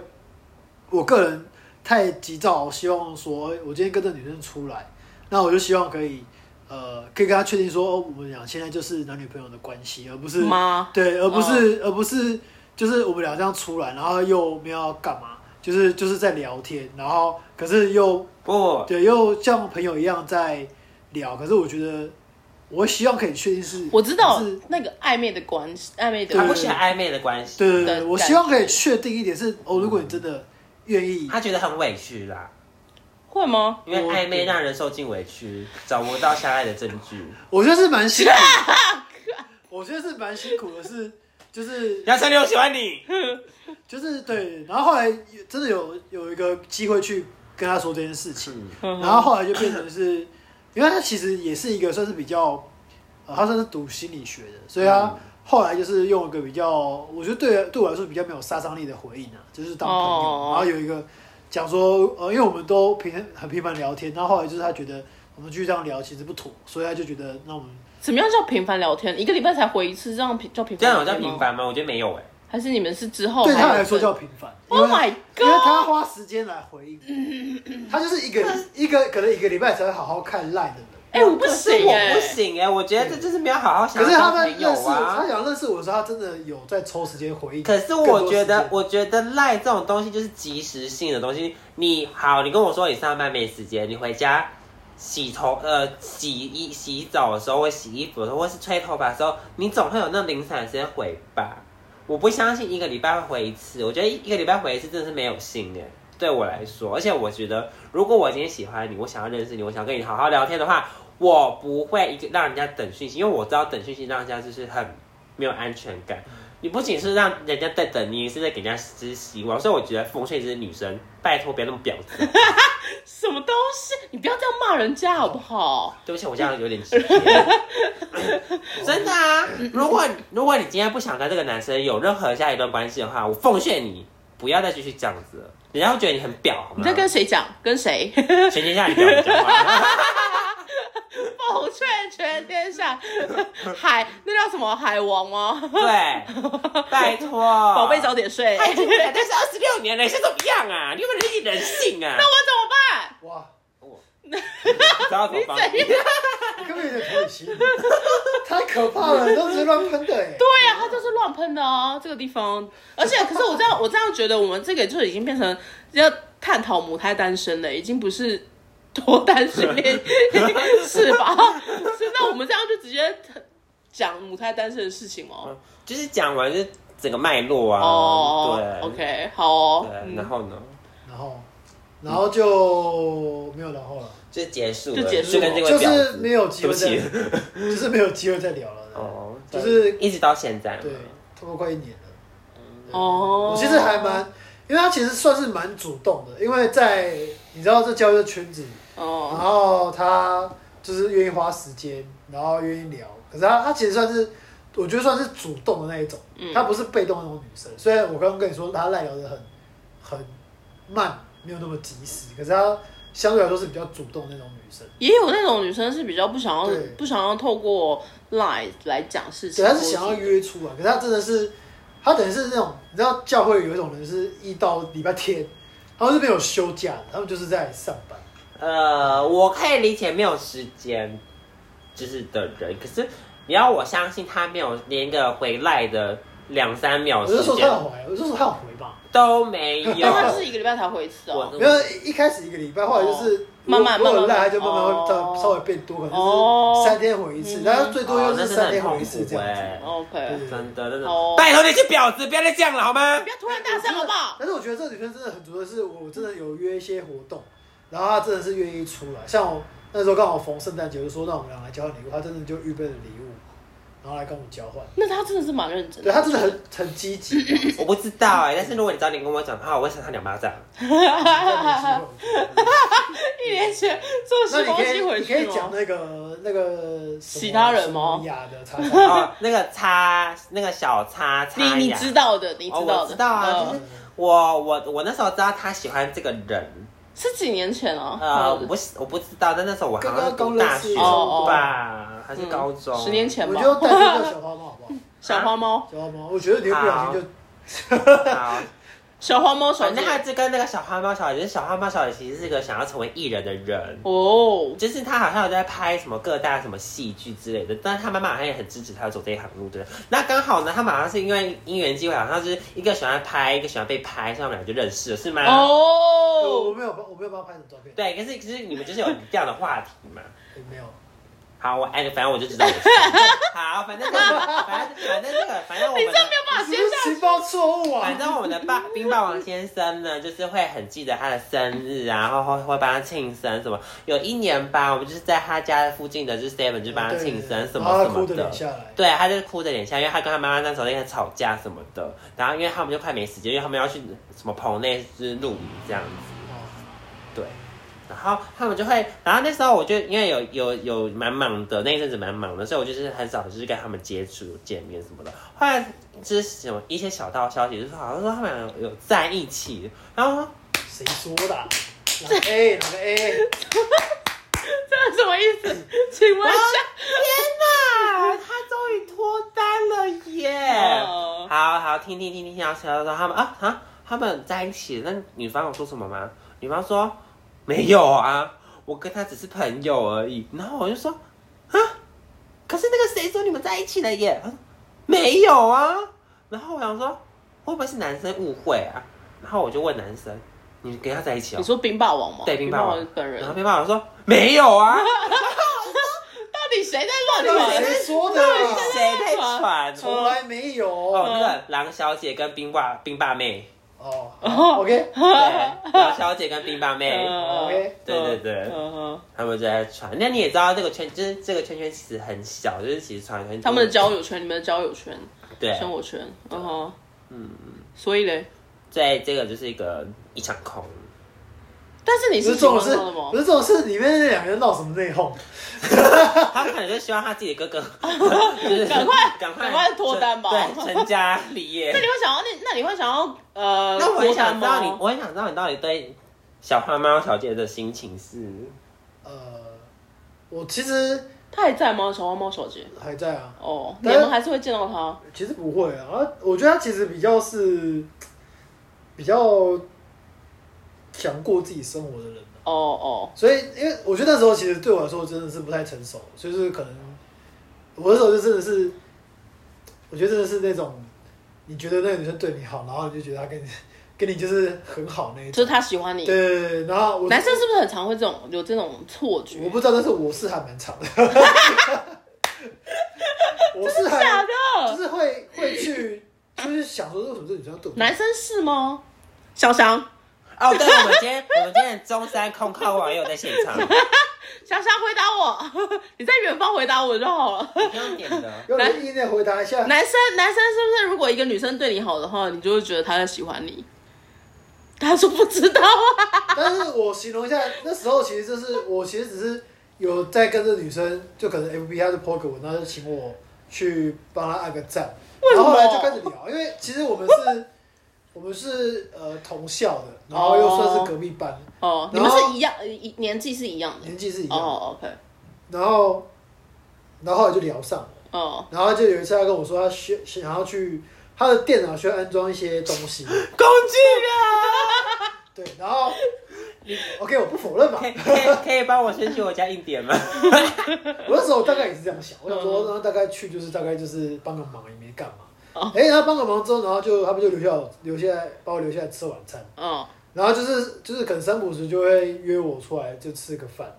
Speaker 3: 我个人太急躁，希望说哎我今天跟这女生出来，那我就希望可以呃可以跟她确定说、哦我们俩现在就是男女朋友的关系，而不是
Speaker 1: 妈，
Speaker 3: 对，而不
Speaker 1: 哦
Speaker 3: 是、而不是就是我们俩这样出来，然后又没有要干嘛，就是就是在聊天，然后可是又
Speaker 2: 不，
Speaker 3: 对又像朋友一样在聊。可是我觉得，我希望可以确定是，
Speaker 1: 我知道
Speaker 3: 是
Speaker 1: 那个暧昧的关系，暧昧的
Speaker 2: 他
Speaker 3: 对
Speaker 2: 不喜欢暧昧的关系，
Speaker 3: 对对对，
Speaker 1: 的
Speaker 3: 我
Speaker 1: 感
Speaker 3: 希望可以确定一点是，哦，如果你真的愿意，
Speaker 1: 啊
Speaker 2: 他觉得很委屈啦，
Speaker 1: 会吗？
Speaker 2: 因为
Speaker 3: 我
Speaker 2: 暧昧让人受尽委屈，找不到相爱的证据。
Speaker 3: 我觉得是蛮辛苦的， 我觉得是蛮辛苦的是，就是
Speaker 2: 杨丞琳，我喜欢你。
Speaker 3: 就是对，然后后来真的有有一个机会去跟他说这件事情，
Speaker 1: 嗯
Speaker 3: 然后后来就变 成是，因为他其实也是一个算是比较，呃，他算是读心理学的，所以他
Speaker 2: 嗯
Speaker 3: 后来就是用一个比较，我觉得对对我来说比较没有杀伤力的回应啊，就是当朋友，
Speaker 1: 哦
Speaker 3: 然后有一个讲说，呃，因为我们都平很频繁聊天，然后后来就是他觉得我们继续这样聊其实不妥，所以他就觉得那我们
Speaker 1: 怎么样叫频繁聊天？一个礼拜才回一次，这样频叫频
Speaker 2: 这
Speaker 1: 繁
Speaker 2: 样有
Speaker 1: 聊
Speaker 2: 叫
Speaker 1: 天
Speaker 2: 频
Speaker 1: 吗？
Speaker 2: 繁吗？我觉得没有哎、
Speaker 1: 还是你们是之后
Speaker 3: 对他
Speaker 1: 还有
Speaker 3: 来说
Speaker 1: 分
Speaker 3: 叫频繁。因
Speaker 1: 哦 Oh
Speaker 3: 为
Speaker 1: my
Speaker 3: 因为
Speaker 1: god！
Speaker 3: 他
Speaker 1: 嗯
Speaker 3: 花时间来回应，他就是一个一个可能一个礼拜才会好好看赖的人。
Speaker 1: 哎、我不
Speaker 2: 是
Speaker 1: 行
Speaker 2: 我
Speaker 1: 哎、
Speaker 2: 不行哎、我觉得这就是没有好好想
Speaker 3: 欸可
Speaker 2: 要
Speaker 3: 是他
Speaker 2: 当朋
Speaker 3: 们认
Speaker 2: 友
Speaker 3: 识我，
Speaker 2: 啊
Speaker 3: 他。想认识我的时候，他真的有在抽时间回应。
Speaker 2: 可是
Speaker 3: 更多
Speaker 2: 我觉
Speaker 3: 时
Speaker 2: 得
Speaker 3: 间，
Speaker 2: 我觉得赖这种东西就是即时性的东西。你好，你跟我说你上班没时间，你回家洗头呃洗衣洗澡的时候，或洗衣服的时候，或是吹头发的时候，你总会有那零散的时间回吧。我不相信一个礼拜会回一次，我觉得一个礼拜回一次真的是没有性哎，对我来说。而且我觉得，如果我今天喜欢你，我想要认识你，我想跟你好好聊天的话，我不会一个让人家等讯息，因为我知道等讯息让人家就是很没有安全感。你不仅是让人家在等你，也是在给人家施希望。所以我觉得风吹这是女生，拜托不要那么婊子。
Speaker 1: 什么东西？你不要这样骂人家好不好？
Speaker 2: 对不起，我这样有点直接。真的啊，如果如果你今天不想跟这个男生有任何下一段关系的话，我奉劝你不要再继续这样子了，人家会觉得你很婊，好吗？
Speaker 1: 你在跟谁讲？跟谁？
Speaker 2: 全天下你婊你讲话，
Speaker 1: 奉劝全天下 海，那叫什么海王吗？
Speaker 2: 对，拜托，
Speaker 1: 宝
Speaker 2: 宝
Speaker 1: 贝早点睡。
Speaker 2: 他已经
Speaker 1: 那
Speaker 2: 来，但是二十六年了，你是怎么样啊？你有没有人一人性 啊？
Speaker 1: 我怎么办？
Speaker 3: 哇，
Speaker 2: 知道怎么
Speaker 1: 你
Speaker 2: 帮
Speaker 1: 怎
Speaker 2: 你
Speaker 1: 样？对
Speaker 3: 你根本有点同理心，太可怕了，你都直接乱喷的哎。
Speaker 1: 呀、啊他就是乱喷的啊，这个地方。而且，可是我这样，我这样觉得，我们这个就已经变成要探讨母胎单身了，已经不是多单性恋，是吧？ 是那我们这样就直接讲母胎单身的事情吗？
Speaker 2: 就是讲完就是整个脉络啊。
Speaker 1: 哦
Speaker 2: 对
Speaker 1: ，OK，好哦，
Speaker 2: 对，
Speaker 1: 嗯
Speaker 2: 然后呢，
Speaker 3: 然后，然后就没有然后了，
Speaker 2: 就结束了，
Speaker 1: 就结束
Speaker 2: 就跟这位
Speaker 3: 就
Speaker 2: 婊
Speaker 3: 是
Speaker 2: 子
Speaker 3: 没有机
Speaker 2: 对
Speaker 3: 会
Speaker 2: 不
Speaker 3: 再，
Speaker 2: 起。
Speaker 3: 就是没有机会再聊了。
Speaker 2: 哦，
Speaker 3: 就是
Speaker 2: 一直到现在嘛。
Speaker 3: 对，差不多快一年了。
Speaker 1: 哦，
Speaker 3: 我其实还蛮，因为他其实算是蛮主动的，因为在你知道这交友圈子，然
Speaker 1: 哦，
Speaker 3: 后他就是愿意花时间，然后愿意聊。可是他他其实算是，我觉得算是主动的那一种，
Speaker 1: 嗯
Speaker 3: 他不是被动的那种女生。虽然我刚刚跟你说他赖聊的很很慢，没有那么及时，可是他相对来说是比较主动的那种女生。
Speaker 1: 也有那种女生是比较不想要
Speaker 3: 对
Speaker 1: 不想要透过 Line 来讲事情，
Speaker 3: 对，他是想要约出来，可是他真的是，他等于是那种，你知道教会有一种人是一到礼拜天，他们是没有休假的，他们就是在上班。
Speaker 2: 呃，我可以理解没有时间，呃就是的人，可是你要我相信他没有连个回来的两三秒
Speaker 3: 我
Speaker 2: 哦时
Speaker 3: 就说他
Speaker 2: 间
Speaker 3: 有回，我就说他有回吧，
Speaker 2: 都没有。
Speaker 1: 但他就是一个礼拜才回一次哦。
Speaker 2: 我
Speaker 3: 没有一开始一个礼拜，后来就是
Speaker 1: 慢慢
Speaker 3: 如果有
Speaker 1: 慢慢
Speaker 3: 赖，他就慢慢会
Speaker 1: 哦
Speaker 3: 稍稍微变多，可能
Speaker 1: 哦
Speaker 3: 就是三天回一次，
Speaker 1: 嗯
Speaker 3: 但他最多
Speaker 2: 哦
Speaker 3: 就
Speaker 2: 那真
Speaker 3: 是
Speaker 2: 的
Speaker 3: 三
Speaker 2: 很
Speaker 3: 天回
Speaker 2: 痛
Speaker 3: 一次这
Speaker 2: 苦
Speaker 3: 样子。
Speaker 2: 哎，
Speaker 1: 哦 OK，
Speaker 3: 对
Speaker 2: 真的真的
Speaker 1: 哦，
Speaker 2: 拜托你是婊子，不要再这样了好吗
Speaker 1: 不？要突然大声好不好？
Speaker 3: 但是我觉得这个女生真的很主动，是我真的有约一些活动，然后她真的是愿意出来。像我那时候刚好逢圣诞节，我就说让我们俩来交换礼物，她真的就预备了礼物，然后来跟我们交换。
Speaker 1: 那他真的是蛮认真
Speaker 3: 对
Speaker 1: 的，
Speaker 3: 她真的很很积极，真的
Speaker 2: 我不知道哎，但是如果你早点跟我讲的话，我会扇他两巴掌。
Speaker 3: 很积极
Speaker 1: 一年前做
Speaker 3: 那
Speaker 1: 时
Speaker 3: 你
Speaker 1: 光
Speaker 3: 可
Speaker 1: 机
Speaker 3: 以
Speaker 1: 回
Speaker 3: 你可
Speaker 1: 去哦
Speaker 3: 以讲
Speaker 1: 吗？
Speaker 3: 那个那个什么
Speaker 1: 其他人吗
Speaker 3: 什么雅的叉
Speaker 2: 哦
Speaker 3: 叉，
Speaker 2: 那个叉，那个小叉叉
Speaker 1: 你
Speaker 2: 呀，
Speaker 1: 你知道的，你知
Speaker 2: 哦，
Speaker 1: 道
Speaker 2: 我
Speaker 1: 的，
Speaker 2: 知道啊，
Speaker 1: 嗯
Speaker 2: 就是我我我那时候知道他喜欢这个人，
Speaker 1: 是几年前啊？
Speaker 2: 呃，我不是我不知道，但那时候我好像是
Speaker 3: 刚刚
Speaker 2: 读
Speaker 3: 认
Speaker 2: 大
Speaker 3: 识
Speaker 2: 学
Speaker 1: 哦哦
Speaker 2: 吧，还是
Speaker 1: 嗯
Speaker 2: 高中，
Speaker 1: 十年前
Speaker 3: 我
Speaker 1: 吧
Speaker 3: 觉。得带这个小花猫好不好？
Speaker 1: 小花猫，
Speaker 3: 小花猫，我觉得你会不小心就
Speaker 2: 好，
Speaker 1: 小花猫小
Speaker 2: 反
Speaker 1: 姐
Speaker 2: 正他就跟那个小花猫小姐，就是小花猫小姐其实是个想要成为艺人的人。
Speaker 1: 哦，
Speaker 2: 就是他好像有在拍什么各大什么戏剧之类的，但是他妈妈好像也很支持他走这一行路，对不对？那刚好呢，他们好像是因为因缘机会，好像是一个喜欢拍，一个喜欢被拍，所以他们俩就认识了，是吗？
Speaker 1: 哦，
Speaker 3: 我我
Speaker 1: 哦，
Speaker 3: 没有帮，我没有帮他拍什么照片，
Speaker 2: 对，可是可是你们就是有这样的话题嘛。
Speaker 3: 也没有。
Speaker 2: 好，我哎，反正我就知道我是。 好，反正这个，反正反正这个，反正我
Speaker 1: 你
Speaker 2: 们
Speaker 1: 这
Speaker 2: 的，
Speaker 1: 没有办法
Speaker 3: 只
Speaker 1: 接
Speaker 3: 是
Speaker 1: 下
Speaker 3: 情报错误啊
Speaker 2: 反！正我们的霸冰霸王先生呢，就是会很记得他的生日啊，然后会会帮他庆生什么。有一年吧，我们就是在他家附近的，就是 Seven 就帮他庆生什么
Speaker 3: 然后
Speaker 2: 什
Speaker 3: 他哭
Speaker 2: 么
Speaker 3: 的
Speaker 2: 的
Speaker 3: 脸。下来，
Speaker 2: 对，他就是哭着脸下，因为他跟他妈妈那时候在那吵架什么的，然后因为他们就快没时间，因为他们要去什么棚内就是露营这样子，
Speaker 3: 哦
Speaker 2: 对。然后他们就会，然后那时候我就因为有有有蛮忙的，那一阵子蛮忙的，所以我就是很少就是跟他们接触见面什么的。后来就是什么一些小道消息，就是好像说他们俩有有在一起，然后
Speaker 3: 谁说的啊？哪个 A 哪个 A？
Speaker 1: 这什么意 思？请问一下，
Speaker 2: 啊天哪，他终于脱单了耶！
Speaker 1: 哦
Speaker 2: 好好听听听听，然后听到他们啊啊，他们在一起，那女方有说什么吗？女方说没有啊，我跟他只是朋友而已。然后我就说啊，可是那个谁说你们在一起了耶？他说没有啊。然后我想说会不会是男生误会啊？然后我就问男生，你跟他在一起哦
Speaker 1: 你？说冰霸王吗？
Speaker 2: 对，冰霸王
Speaker 1: 王本人，
Speaker 2: 然后
Speaker 1: 到
Speaker 2: 冰霸王说没有啊，
Speaker 1: 底谁在
Speaker 3: 到
Speaker 1: 乱
Speaker 3: 底
Speaker 1: 传？
Speaker 3: 谁说的啊？
Speaker 2: 谁在传？
Speaker 3: 从来没有
Speaker 2: 哦，那个狼小姐跟冰霸冰霸妹，
Speaker 3: 哦好，OK，
Speaker 2: 对， 狼小姐跟冰霸妹。
Speaker 1: 嗯
Speaker 3: OK
Speaker 2: 对对对
Speaker 1: 嗯嗯
Speaker 2: 他们就在传。那你也知道，这个圈就是这个圈圈其实很小，就是其实传很
Speaker 1: 他们的交友圈，你们的交友圈，
Speaker 2: 对，
Speaker 1: 生活圈，嗯哼，嗯，所以嘞，
Speaker 2: 在这个就是一个一场 空。
Speaker 1: 但是你
Speaker 3: 不是
Speaker 1: 是喜
Speaker 3: 这种
Speaker 1: 欢
Speaker 3: 事
Speaker 1: 他的吗，
Speaker 3: 不？是这种事，里面那两个人闹什么内讧？
Speaker 2: 他可能就希望他自己的哥哥就是
Speaker 1: 赶快
Speaker 2: 赶快
Speaker 1: 赶快脱单吧
Speaker 2: 对，成家立业
Speaker 1: 那。你会想要那那你会想要呃，
Speaker 2: 那我很
Speaker 1: 脱单
Speaker 2: 想知道你
Speaker 1: 吗，
Speaker 2: 我很想知道你到底对小花猫小姐的心情是
Speaker 3: 呃，我其实
Speaker 1: 他还在吗？小花猫小姐，
Speaker 3: 还在啊，
Speaker 1: 哦，你
Speaker 3: 但是
Speaker 1: 们还是会见到他，
Speaker 3: 其实不会啊，我觉得他其实比较是比较想过自己生活的人
Speaker 1: 哦
Speaker 3: 啊、
Speaker 1: 哦，
Speaker 3: 所以因为我觉得那时候其实对我来说真的是不太成熟，就是可能我那时候就真的是，我觉得真的是那种你觉得那个女生对你好，然后你就觉得她跟你 跟你就是很好那一
Speaker 1: 就是
Speaker 3: 种，
Speaker 1: 他喜欢你
Speaker 3: 对。对对对，然后我
Speaker 1: 男生是不是很常会这种有这种错觉？
Speaker 3: 我不知道，但是我是还蛮长的， 我是还
Speaker 1: 假的，
Speaker 3: 就是会会去，就是想说为什么这女生要对我这样
Speaker 1: 男生是吗？小翔，
Speaker 2: 哦，对， 我们今天我们今天的中山空靠网友在现 场，
Speaker 1: 小翔回答我， 你在远方回答我就好了。
Speaker 2: 你刚点的，
Speaker 3: 有人意内回答一下，
Speaker 1: 男生，男生是不是如果一个女生对你好的话，你就会觉得她在喜欢你？他说不知道啊，
Speaker 3: 但是我形容一下，那时候其实就是我其实只是有在跟着女生，就可能 FB 她就 po 给我，然后就请我去帮她按个赞，
Speaker 1: 为什
Speaker 3: 然
Speaker 1: 么
Speaker 3: 后后来就开始聊，因为其实我们是，我们是呃同校的，然后又算是隔壁班，
Speaker 1: 哦，你
Speaker 3: 然
Speaker 1: 们
Speaker 3: 后
Speaker 1: 是一样，呃一年纪是一样的。
Speaker 3: 年纪是一样的，
Speaker 1: 哦，OK，
Speaker 3: 然后然后后来就聊上了，
Speaker 1: 哦，
Speaker 3: 然后就有一次她跟我说她需想要去她的电脑需要安装一些东西，
Speaker 2: 工具
Speaker 3: 对，然后 OK 我不否认嘛，
Speaker 2: 人， 可以可以可以帮我先去我家硬点吗？
Speaker 3: 我那时候大概也是这样想，我想
Speaker 1: 嗯
Speaker 3: 说，然后大概去就是大概就是帮个忙，也没干嘛。
Speaker 1: 哦
Speaker 3: 哎、然后帮个忙之后，然后就他们就留下我留下来把我留下来吃晚餐，
Speaker 1: 哦，
Speaker 3: 然后就是就是可能三不五时就会约我出来就吃个饭，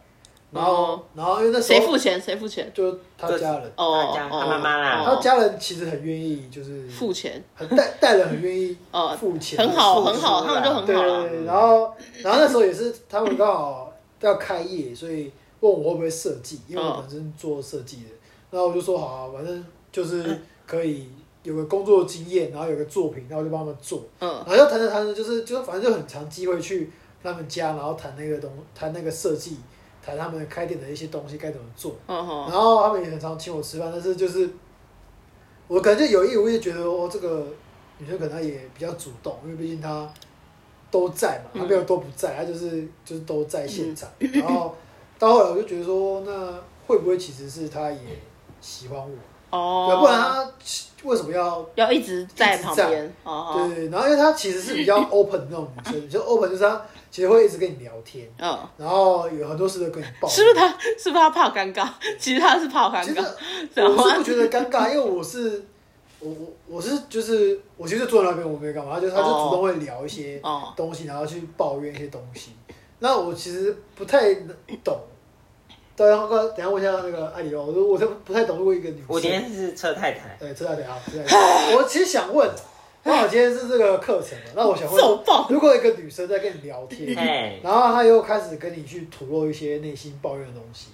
Speaker 3: 然后、
Speaker 1: 哦
Speaker 3: 然后因为那时
Speaker 1: 谁
Speaker 3: 候
Speaker 1: 付钱？谁付钱？
Speaker 3: 就他家人，
Speaker 1: 哦，
Speaker 2: 他家
Speaker 1: 哦
Speaker 2: 他妈妈啦
Speaker 1: 哦
Speaker 3: 他家人其实很愿意，就是
Speaker 1: 付钱，
Speaker 3: 很带带人很愿意
Speaker 1: 哦
Speaker 3: 付钱，
Speaker 1: 很好，
Speaker 2: 付出
Speaker 1: 很好，
Speaker 2: 啦
Speaker 1: 他们就很
Speaker 3: 对
Speaker 1: 好
Speaker 3: 对
Speaker 1: 了。
Speaker 3: 对，然后然后那时候也是他们刚好要开业，所以问我会不会设计，因为我本身做设计的，然后我就说好、啊，反正就是可以有个工作经验，然后有个作品，然后就帮他们做，
Speaker 1: 嗯
Speaker 3: 然后就谈着谈着就是就是反正就很长机会去他们家，然后谈那个东谈那个设计，谈他们开店的一些东西该怎么做，
Speaker 1: 嗯
Speaker 3: 然
Speaker 1: 哼，
Speaker 3: 后他们也很常请我吃饭，但是就是我可能就有意无意觉得哦，这个女生可能她也比较主动，因为毕竟她都在
Speaker 1: 嗯
Speaker 3: 嘛，她没有都不在，她就是就是都在现场。然后到后来我就觉得说，那会不会其实是她也喜欢我？
Speaker 1: 哦
Speaker 3: 要，不然她为什么要？
Speaker 1: 要一直在旁
Speaker 3: 一直
Speaker 1: 边，哦，
Speaker 3: 对，然后因为她其实是 比较 open 的那种女生，就 open 就是她其实会一直跟你聊天，
Speaker 1: 哦
Speaker 3: 然后有很多事都跟你
Speaker 1: 嗯，
Speaker 3: 报告。
Speaker 1: 是不是他？是 不是他怕尴尬？其实他是怕尴 啊
Speaker 3: 其实
Speaker 1: 尬，
Speaker 3: 我是不觉得尴尬，因为我是我我我是就是我其实就坐在那边我没干嘛，他就他就
Speaker 1: 哦
Speaker 3: 主动会聊一些
Speaker 1: 哦
Speaker 3: 东西，然后去抱怨一些东西。那我其实不太懂，等一下等一下问一下那个艾里欧，我说我都不太懂，如果一个女生，
Speaker 2: 我今天是车太太，
Speaker 3: 对，知道对啊，知道对。我其实想问，刚好今天是这个课程嘛，那我想
Speaker 1: 揍
Speaker 3: 问
Speaker 1: 爆，
Speaker 3: 如果一个女生在跟你聊天，
Speaker 2: 哎，
Speaker 3: 然后她又开始跟你去吐露一些内心抱怨的东西，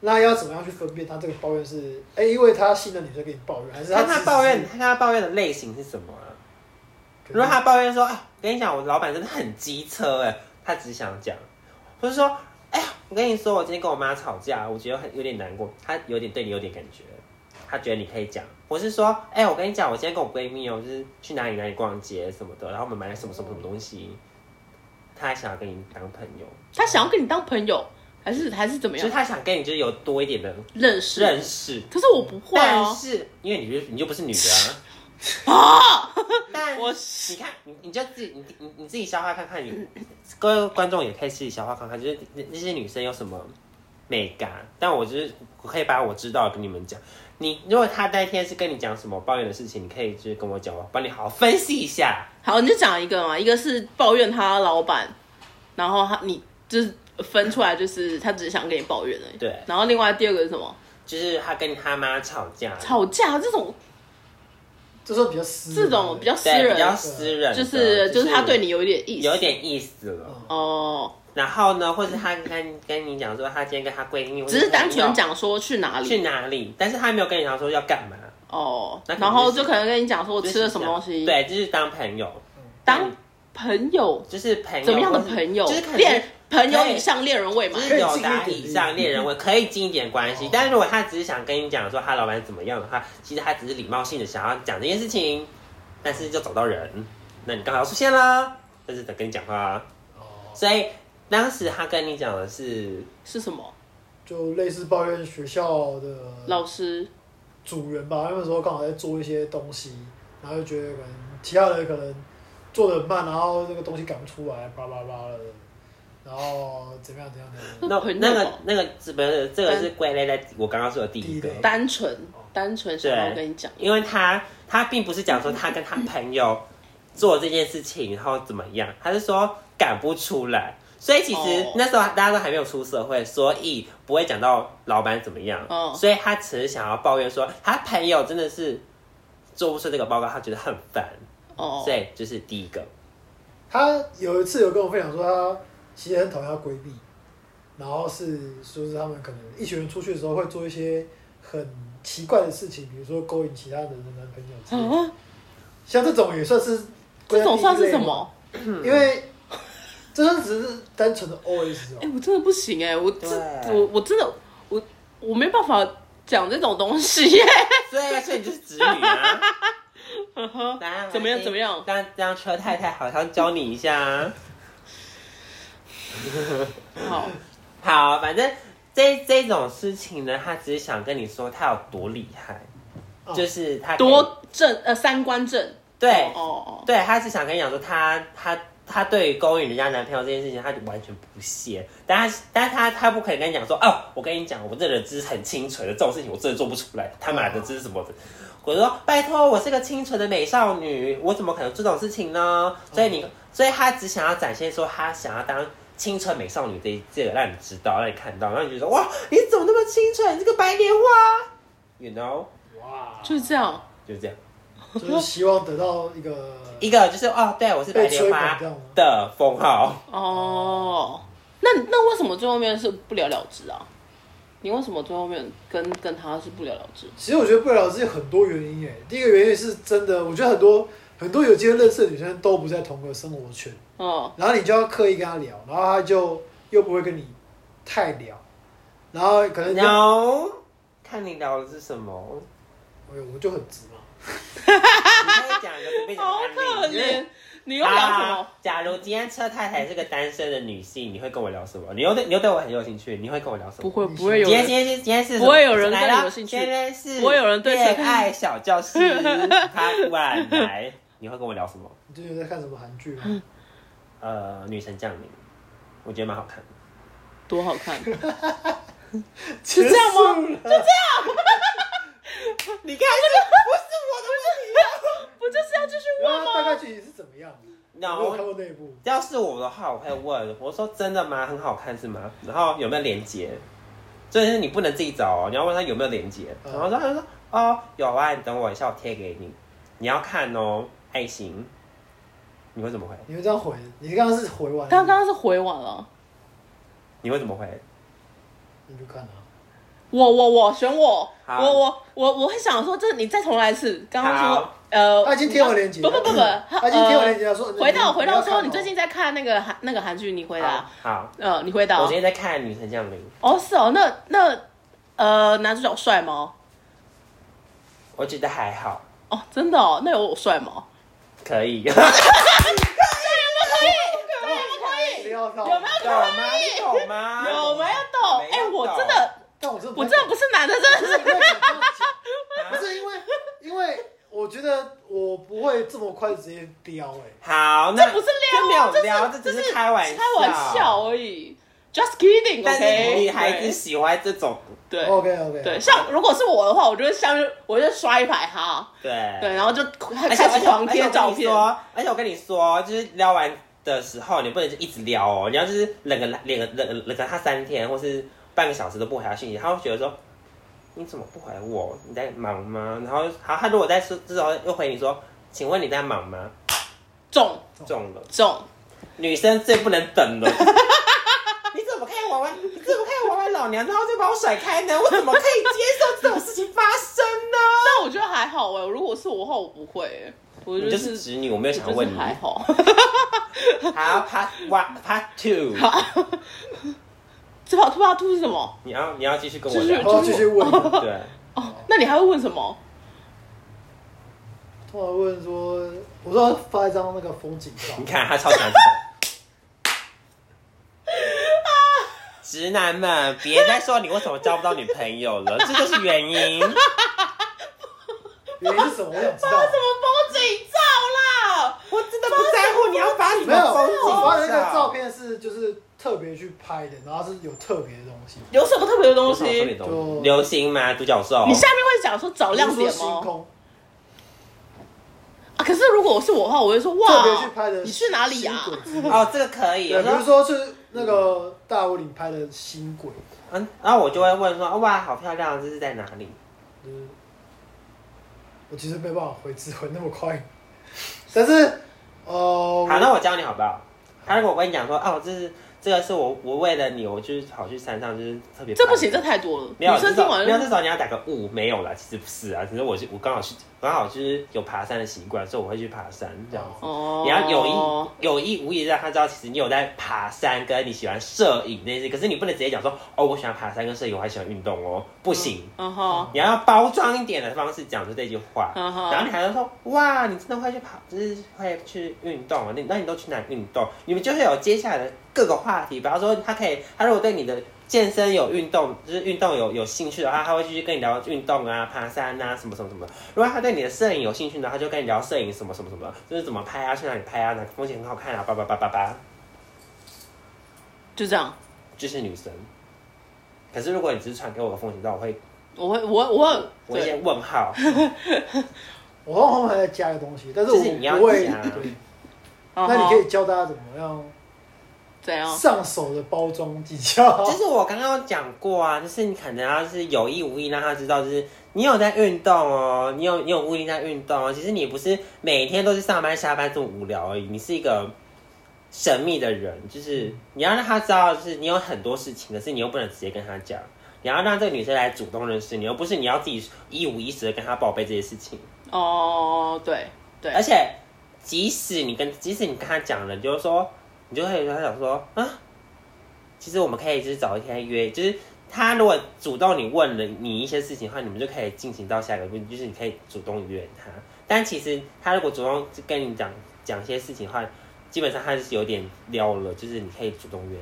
Speaker 3: 那要怎么样去分辨她这个抱怨是，哎、因为她信任女生跟你抱怨，还是她
Speaker 2: 看
Speaker 3: 只
Speaker 2: 他
Speaker 3: 是
Speaker 2: 抱怨，？看他抱怨的类型是什么啊？
Speaker 3: 可
Speaker 2: 如
Speaker 3: 能
Speaker 2: 果他抱怨说：“哎，跟你讲，我老板真的很机车哎、他只想讲，就是说，哎呀，我跟你说，我今天跟我妈吵架，我觉得很有点难过，她有点对你有点感觉，她觉得你可以讲。我是说，哎，我跟你讲，我今天跟我闺蜜哦，就是去哪里哪里逛街什么的，然后我们买了什么什么什么东西，她还想要跟你当朋友，
Speaker 1: 他想要跟你当朋友，还是还是怎么
Speaker 2: 就是
Speaker 1: 样
Speaker 2: 她想跟你就是有多一点的
Speaker 1: 认识？
Speaker 2: 认识。”
Speaker 1: 可是我不会
Speaker 2: 但
Speaker 1: 啊，
Speaker 2: 是因为你就你就不是女的啊， 但
Speaker 1: 我
Speaker 2: 你看，你你就自己你你你自己消化看看，你各位观众也可以自己消化看看，就是那那些女生有什么美感。但我就是我可以把我知道的跟你们讲。你如果她那天是跟你讲什么抱怨的事情，你可以就是跟我讲，我帮你好好分析一下。
Speaker 1: 好，你就讲一个嘛，一个是抱怨他老板，然后他你就是分出来，就是他只是想跟你抱怨而已。
Speaker 2: 对
Speaker 1: 然后另外第二个是什么？
Speaker 2: 就是她跟她妈吵架，
Speaker 1: 吵架这种
Speaker 3: 这算比较私人
Speaker 1: 这
Speaker 3: 的
Speaker 1: 种比较私
Speaker 2: 嗯对，
Speaker 1: 人
Speaker 2: 比，较私人的，
Speaker 1: 就是就是他对你有一点意思。
Speaker 2: 有点意思了。
Speaker 1: 哦，
Speaker 2: 然后呢，或者她跟跟你讲说，她今天跟她闺蜜，或
Speaker 1: 只
Speaker 2: 者
Speaker 1: 是单
Speaker 2: 朋
Speaker 1: 纯
Speaker 2: 友
Speaker 1: 讲说去哪
Speaker 2: 去
Speaker 1: 里
Speaker 2: 哪里，但是她没有跟你讲说要干嘛。
Speaker 1: 哦，
Speaker 2: 那可
Speaker 1: 然
Speaker 2: 能
Speaker 1: 后
Speaker 2: 就
Speaker 1: 就
Speaker 2: 是
Speaker 1: 可能跟你讲说我
Speaker 2: 我
Speaker 1: 吃了什么东西，，
Speaker 2: 对，就是当朋友，
Speaker 1: 当朋友
Speaker 2: 就是朋友
Speaker 1: 怎么样的
Speaker 2: 或是
Speaker 1: 朋友
Speaker 2: 就是可，能
Speaker 1: 恋朋友
Speaker 2: 对
Speaker 1: 以上恋人未满
Speaker 2: 就。
Speaker 3: 可
Speaker 2: 是
Speaker 3: 以
Speaker 2: 有
Speaker 3: 近一
Speaker 2: 达
Speaker 3: 点
Speaker 2: 以上恋人，我可以近一点关系
Speaker 3: 哦。
Speaker 2: 但是如果他只是想跟你讲说他老板怎么样的话，其实他只是礼貌性的想要讲这件事情，但是就找到人，那你刚好出现啦，但是等跟你讲话啊。
Speaker 3: 哦，
Speaker 2: 所以当时他跟你讲的是，
Speaker 1: 是什么？
Speaker 3: 就类似抱怨学校的
Speaker 1: 老师
Speaker 3: 主人吧，那时候刚好在做一些东西，然后就觉得可能其他人可能做的慢，然后这个东西赶不出来，叭叭叭的，然后怎么样怎么样怎么样，
Speaker 1: 那
Speaker 2: 那
Speaker 1: 朋友
Speaker 2: 那个那个是不是这个是归类在我刚刚说的第一个
Speaker 3: 第一，类
Speaker 1: 单纯单纯想要跟你讲，
Speaker 2: 因为他他并不是讲说他跟他朋友做这件事情，然后怎么样，他是说赶不出来。所以其实
Speaker 1: 哦
Speaker 2: 那时候大家都还没有出社会，所以不会讲到老板怎么样。
Speaker 1: 嗯
Speaker 2: 所以他只是想要抱怨说，他朋友真的是做不出这个报告，他觉得很烦。
Speaker 1: 哦
Speaker 2: 所，以就是第一 个，
Speaker 3: 她有一次有跟我分享说，她其实很讨厌她闺蜜，然后是说是他们可能一群人出去的时候会做一些很奇怪的事情，比如说勾引其他人的男朋友之类的，
Speaker 1: 啊，
Speaker 3: 像这种也算是
Speaker 1: 这
Speaker 3: 归在
Speaker 1: 种
Speaker 3: 第一
Speaker 1: 算是嗯
Speaker 3: 类
Speaker 1: 什
Speaker 3: 吗
Speaker 1: 么？
Speaker 3: 因为这算只是单纯的 OS 哦
Speaker 1: 哎、。我真的不行哎、我真
Speaker 2: 对
Speaker 1: 我我真的我我没办法讲这种东西耶、
Speaker 2: 所以所以你就是子女啊。来啊
Speaker 1: 怎么样怎么样
Speaker 2: 让让车太太好像教你一下、啊。
Speaker 1: 好，
Speaker 2: 好，反正这这种事情呢，他只是想跟你说他有多厉害，
Speaker 3: 哦
Speaker 2: 就是他可以
Speaker 1: 多正呃三观正，
Speaker 2: 对、
Speaker 1: 哦哦，
Speaker 2: 对，他是想跟你讲说他他他对于勾引人家男朋友这件事情，他就完全不屑，但他但他他不可以跟你讲说哦，我跟你讲，我这人就是很清纯的，这种事情我真的做不出来，他妈的这是什么的。我说拜托，我是个清纯的美少女，我怎么可能做这种事情呢？所以你，
Speaker 3: 嗯
Speaker 2: 所以他只想要展现说他想要当清纯美少女这一这个，让你知道，让你看到，让你觉得哇，你怎么那么清纯？你这个白莲花，you know，
Speaker 3: 哇，
Speaker 1: 就是这样。
Speaker 2: 就是这样。
Speaker 3: 就是希望得到一个
Speaker 2: 一个就是哦，对我是白莲花
Speaker 3: 被吹捧这样吗
Speaker 2: 的封号。
Speaker 1: 哦，那那为什么最后面是不了了之啊？你为什么最后面跟跟他是不了了之？
Speaker 3: 其实我觉得不了了之有很多原因诶。第一个原因是真的，我觉得很多很多有机会认识的女生都不在同个生活圈，
Speaker 1: 嗯，
Speaker 3: 然后你就要刻意跟她聊，然后她就又不会跟你太聊，然后可能就
Speaker 2: 然
Speaker 1: 哎
Speaker 2: 后看你聊的是什么，
Speaker 3: 哎呦我就很直嘛，
Speaker 2: 你可以讲一个随便讲
Speaker 1: 好
Speaker 2: 个
Speaker 1: 可
Speaker 2: 案例。
Speaker 1: 怜，你又聊什么？
Speaker 2: 啊假如今天车太太是个单身的女性，你会跟我聊什么？你又对你又对我很有兴趣，你会跟我聊什
Speaker 1: 不
Speaker 2: 么？
Speaker 1: 会不会有
Speaker 2: 今天今
Speaker 1: 人，
Speaker 2: 天是今天是什么
Speaker 1: 不会有人
Speaker 2: 来
Speaker 1: 对你
Speaker 2: 了
Speaker 1: 有兴趣
Speaker 2: 今天是
Speaker 1: 不会有人对车太
Speaker 2: 恋
Speaker 1: 太
Speaker 2: 爱小教室，他晚来，你会跟我聊什么？
Speaker 3: 你最近在看什么韩剧
Speaker 1: 嗯
Speaker 3: 吗？
Speaker 2: 呃，女神降临，我觉得蛮好看的。
Speaker 1: 多好看，
Speaker 3: 是
Speaker 1: 这样吗？
Speaker 3: 就这样。
Speaker 2: 你看，这不是我的问题啊。
Speaker 1: 不就是要继续
Speaker 3: 然
Speaker 1: 问
Speaker 3: 后大
Speaker 1: 吗？
Speaker 3: 概剧情是怎么样的？
Speaker 2: 然
Speaker 3: 我没有看
Speaker 2: 后
Speaker 3: 过那一部，
Speaker 2: 要是我的话，我会问我说：“真的吗？很好看是吗？”然后有没有连接？就是你不能自己找哦，你要问他有没有连接。
Speaker 3: 嗯
Speaker 2: 然后他就说：“哦，有啊，你等我一下，我贴给你。你要看哦，爱心。”你会怎么回？
Speaker 3: 你们这样回，你刚刚是回完，
Speaker 1: 刚刚是回完了，
Speaker 2: 你会怎么回？
Speaker 3: 你就看了、
Speaker 1: 我我我选我，
Speaker 2: 好
Speaker 1: 我我我我会想说，这你再重来一次。刚刚说
Speaker 2: 好
Speaker 1: 呃，
Speaker 3: 他已经贴我链接
Speaker 1: 不
Speaker 3: 了，嗯
Speaker 1: 不不不，
Speaker 3: 他已经贴我链接
Speaker 1: 呃
Speaker 3: 了，说
Speaker 1: 回到
Speaker 3: 你
Speaker 1: 回到
Speaker 3: 你要看
Speaker 1: 说
Speaker 3: 哦
Speaker 1: 你最近在看那个韩那个韩剧，你回答
Speaker 2: 好，好，
Speaker 1: 呃，你回答
Speaker 2: 我今天在看《女神降临》，
Speaker 1: 哦是哦，那那呃男主角帅吗？
Speaker 2: 我觉得还好，
Speaker 1: 哦真的哦，那有我帅吗？
Speaker 2: 可以。
Speaker 3: 不要看，
Speaker 1: 有没有
Speaker 2: 有吗？你懂吗？
Speaker 1: 有没有懂？哎、
Speaker 2: 没有
Speaker 1: 我
Speaker 2: 懂
Speaker 1: 真的
Speaker 3: 但我真的
Speaker 1: 我真的不是男的，真的是
Speaker 3: 是不太敢这样讲不是因为因为我觉得我不会这么快直接撩哎、
Speaker 2: 好，那
Speaker 1: 这不是撩
Speaker 2: 这没有
Speaker 1: 啊，
Speaker 2: 撩，
Speaker 1: 这
Speaker 2: 只
Speaker 1: 这
Speaker 2: 是开玩
Speaker 1: 开玩笑而已，just kidding。
Speaker 2: 但是
Speaker 1: OK，
Speaker 2: 女孩子哦喜欢这种，
Speaker 1: 对对
Speaker 3: OK OK，
Speaker 1: 对，像如果是我的话，我就会像我就刷一排哈，
Speaker 2: 对
Speaker 1: 对，然后就
Speaker 2: 而
Speaker 1: 开
Speaker 2: 且
Speaker 1: 始
Speaker 2: 而且
Speaker 1: 狂
Speaker 2: 而且
Speaker 1: 贴
Speaker 2: 我
Speaker 1: 照
Speaker 2: 跟你
Speaker 1: 片。
Speaker 2: 说，而且我跟你说，就是撩完的时候，你不能就一直撩哦，你要就是冷个冷个冷冷个他三天或是半个小时都不回他信息，他会觉得说。你怎么不回我？你在忙吗？然后，好，他如果在之之后又回你说，请问你在忙吗？
Speaker 1: 中
Speaker 2: 中了，
Speaker 1: 中，
Speaker 2: 女生最不能等了。你怎么可以玩玩？你怎么可以玩玩老娘，然后就把我甩开呢？我怎么可以接受这种事情发生呢？
Speaker 1: 但我觉得还好哎、如果是我的话，我不会、欸，我
Speaker 2: 你
Speaker 1: 就
Speaker 2: 就是
Speaker 1: 是
Speaker 2: 直女，我没有想
Speaker 1: 就
Speaker 2: 问
Speaker 1: 是
Speaker 2: 你。
Speaker 1: 还好。
Speaker 2: 好，Part One、Part Two，
Speaker 1: 这把兔把兔是什么？
Speaker 2: 你要你要继续跟我
Speaker 1: 继续
Speaker 2: 聊。
Speaker 3: 我要继续问，通
Speaker 2: 对，
Speaker 1: 哦，那你还会问什么？
Speaker 3: 常问说，我说发一张那个风景 照
Speaker 2: 你，看他超强的。直男们，别再说你为什么交不到女朋友 了，这就是原因。
Speaker 3: 原因是什么？我想知
Speaker 1: 发什
Speaker 3: 道。
Speaker 1: 么风景照啦？
Speaker 2: 我真的不在乎你要发什
Speaker 3: 没有，
Speaker 2: 么风
Speaker 3: 我发的那
Speaker 2: 景
Speaker 3: 个照，片是就是特别去拍的，然后是有特别的东西，
Speaker 1: 有什么特别的东
Speaker 2: 有什么特别
Speaker 1: 西？
Speaker 2: 懂
Speaker 3: 就
Speaker 2: 流行吗？独角兽？
Speaker 1: 你下面会讲说找亮
Speaker 3: 比如
Speaker 1: 点哦
Speaker 3: 说星
Speaker 1: 吗？
Speaker 3: 空，
Speaker 1: 啊，可是如果我是我的话，我会说
Speaker 3: 特别去
Speaker 1: 哇，
Speaker 3: 拍的。
Speaker 1: 你去哪里啊呀、
Speaker 3: 星轨 之类的
Speaker 2: 哦，这个可以。
Speaker 3: 对，
Speaker 2: 我
Speaker 3: 比如
Speaker 2: 说
Speaker 3: 说是那个大五岭拍的星轨，
Speaker 2: 嗯，然后我就会问说，哦哇，好漂亮，这是在哪里？
Speaker 3: 就是我其实没办法回指纹那么快， 但是呃，
Speaker 2: 好，那我教你好不好？他如果我跟你讲说，哦，这是这个是我我为了你，我就是跑去山上，就是特别
Speaker 1: 这不行，
Speaker 2: 拍
Speaker 1: 这太多了。
Speaker 2: 没有
Speaker 1: 女生听
Speaker 2: 这种
Speaker 1: 完
Speaker 2: 没
Speaker 1: 就
Speaker 2: 有这种你要打个雾，没有啦，其实不是啊，只是我是我刚好去刚好就是有爬山的习惯，所以我会去爬山这样子。
Speaker 1: 哦，
Speaker 2: 你要有意有意无意地让他知道，其实你有在爬山，跟你喜欢摄影这件事。可是你不能直接讲说，哦，我喜欢爬山跟摄影，我还喜欢运动哦，不行。
Speaker 1: 嗯哼，
Speaker 2: 你要用包装一点的方式讲出这句话，
Speaker 1: 嗯哼
Speaker 2: 然后你还能说哇，你真的会去跑，就是会去运动啊？那那你都去哪运动？你们就会有接下来的各个话题，比方说他可以，他如果对你的健身有运动，就是运动有有兴趣的话，他会继续跟你聊运动啊、爬山啊什么什么什么。如果他对你的摄影有兴趣呢，他就跟你聊摄影什么什么什么，就是怎么拍啊，去哪里拍啊，哪个风景很好看啊，叭叭叭叭叭，
Speaker 1: 就这样。
Speaker 2: 就是女生。可是如果你只是传给我个风景照，我会
Speaker 1: 我会，我我
Speaker 2: 我会
Speaker 1: 对
Speaker 2: 先问号，
Speaker 3: 我后后面还在加一个东西，但是
Speaker 2: 就
Speaker 3: 我
Speaker 2: 是你要
Speaker 3: 不会。
Speaker 2: 加
Speaker 3: 对，
Speaker 2: 哦
Speaker 1: 嗯哼
Speaker 3: 那你可以教大家怎么样
Speaker 1: 怎样？
Speaker 3: 上手的包装技巧。
Speaker 2: 就是我刚刚讲过啊，就是你可能要是有意无意让他知道，就是你有在运动哦，你有你有无意在运动哦。其实你不是每天都是上班下班这么无聊而已，你是一个神秘的人，就是你要让他知道，就是你有很多事情，可是你又不能直接跟他讲，你要让这个女生来主动认识你，而不是你要自己一五一十的跟她报备这些事情。
Speaker 1: 哦，对对
Speaker 2: 而，且即使你跟即使你跟他讲了，你就是说，你就会跟他讲说啊，其实我们可以就是找一天约，就是他如果主动你问了你一些事情的话，你们就可以进行到下一个步，就是你可以主动约他。但其实他如果主动跟你讲讲些事情的话，基本上他是有点撩了，就是你可以主动约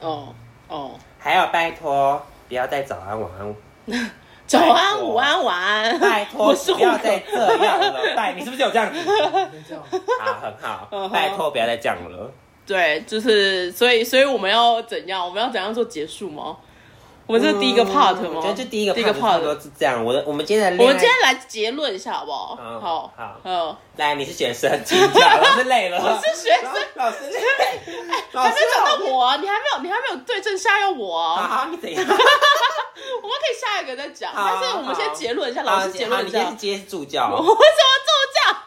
Speaker 2: 他。
Speaker 1: 哦哦，
Speaker 2: 还有拜托，不要再早安晚 安，
Speaker 1: 早安、
Speaker 2: 拜托
Speaker 1: 午安、晚安。
Speaker 2: 拜托
Speaker 1: 我是
Speaker 2: 不要
Speaker 1: 户口
Speaker 2: 再这样了，拜你是不是有这 样子？
Speaker 3: 就这样
Speaker 2: 好，很好，
Speaker 1: 嗯哼
Speaker 2: 拜托不要再这样了。
Speaker 1: 对，就是所以，所以我们要怎样？我们要怎样做结束吗？我们这是第一个 part 吗？
Speaker 2: 嗯我觉得就第一个
Speaker 1: 第一个
Speaker 2: part 差
Speaker 1: part。
Speaker 2: 不多是这样。我的，我们今天的
Speaker 1: 我
Speaker 2: 恋爱
Speaker 1: 们今天来结论一下好不好？
Speaker 2: 嗯
Speaker 1: 好，
Speaker 2: 好
Speaker 1: 嗯，
Speaker 2: 来，你是学生，请讲，老师累了，
Speaker 1: 我是学生，
Speaker 2: 老师累，老
Speaker 1: 还
Speaker 2: 师
Speaker 1: 没讲
Speaker 2: 好
Speaker 1: 到我啊，你还没有，你还没有对症下药我啊，
Speaker 2: 好，你怎样？
Speaker 1: 我们可以下一个再讲，
Speaker 2: 好
Speaker 1: 但是我们先
Speaker 2: 好
Speaker 1: 结论一下，老
Speaker 2: 好，
Speaker 1: 师
Speaker 2: 你
Speaker 1: 结
Speaker 2: 好，
Speaker 1: 论
Speaker 2: 你
Speaker 1: 一
Speaker 2: 今
Speaker 1: 下
Speaker 2: 天是，接助教
Speaker 1: 我。怎么这么讲？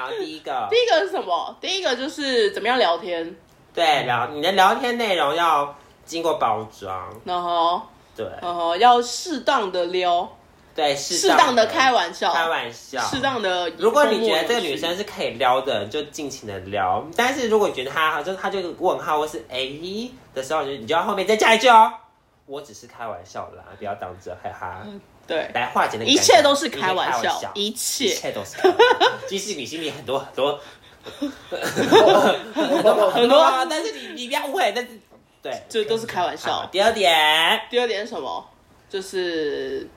Speaker 2: 好，第一个，
Speaker 1: 第一个是什么？第一个就是怎么样聊天，
Speaker 2: 对聊你的聊天内容要经过包装，
Speaker 1: 然后，
Speaker 2: 对
Speaker 1: 然后要适当的撩，
Speaker 2: 对，
Speaker 1: 适
Speaker 2: 适
Speaker 1: 当
Speaker 2: 的
Speaker 1: 的开玩笑，
Speaker 2: 开玩笑，
Speaker 1: 适当的。
Speaker 2: 如果你觉得这个女生是可以撩的，就尽情的撩；但是如果你觉得她就是她就有个问号或是哎、诶的时候，你就你就要后面再加一句哦，我只是开玩笑啦，不要当真，哈哈。
Speaker 1: 对，
Speaker 2: 来化解那
Speaker 1: 嗯
Speaker 2: 个
Speaker 1: 一切都是开
Speaker 2: 玩
Speaker 1: 玩笑，
Speaker 2: 一
Speaker 1: 一切
Speaker 2: 切都是开玩笑。即使你心里很多很多很多啊，但是你你不要误会，但是对，
Speaker 1: 这都是开玩
Speaker 2: 好
Speaker 1: 笑。
Speaker 2: 第二点，
Speaker 1: 第二点是什么？就是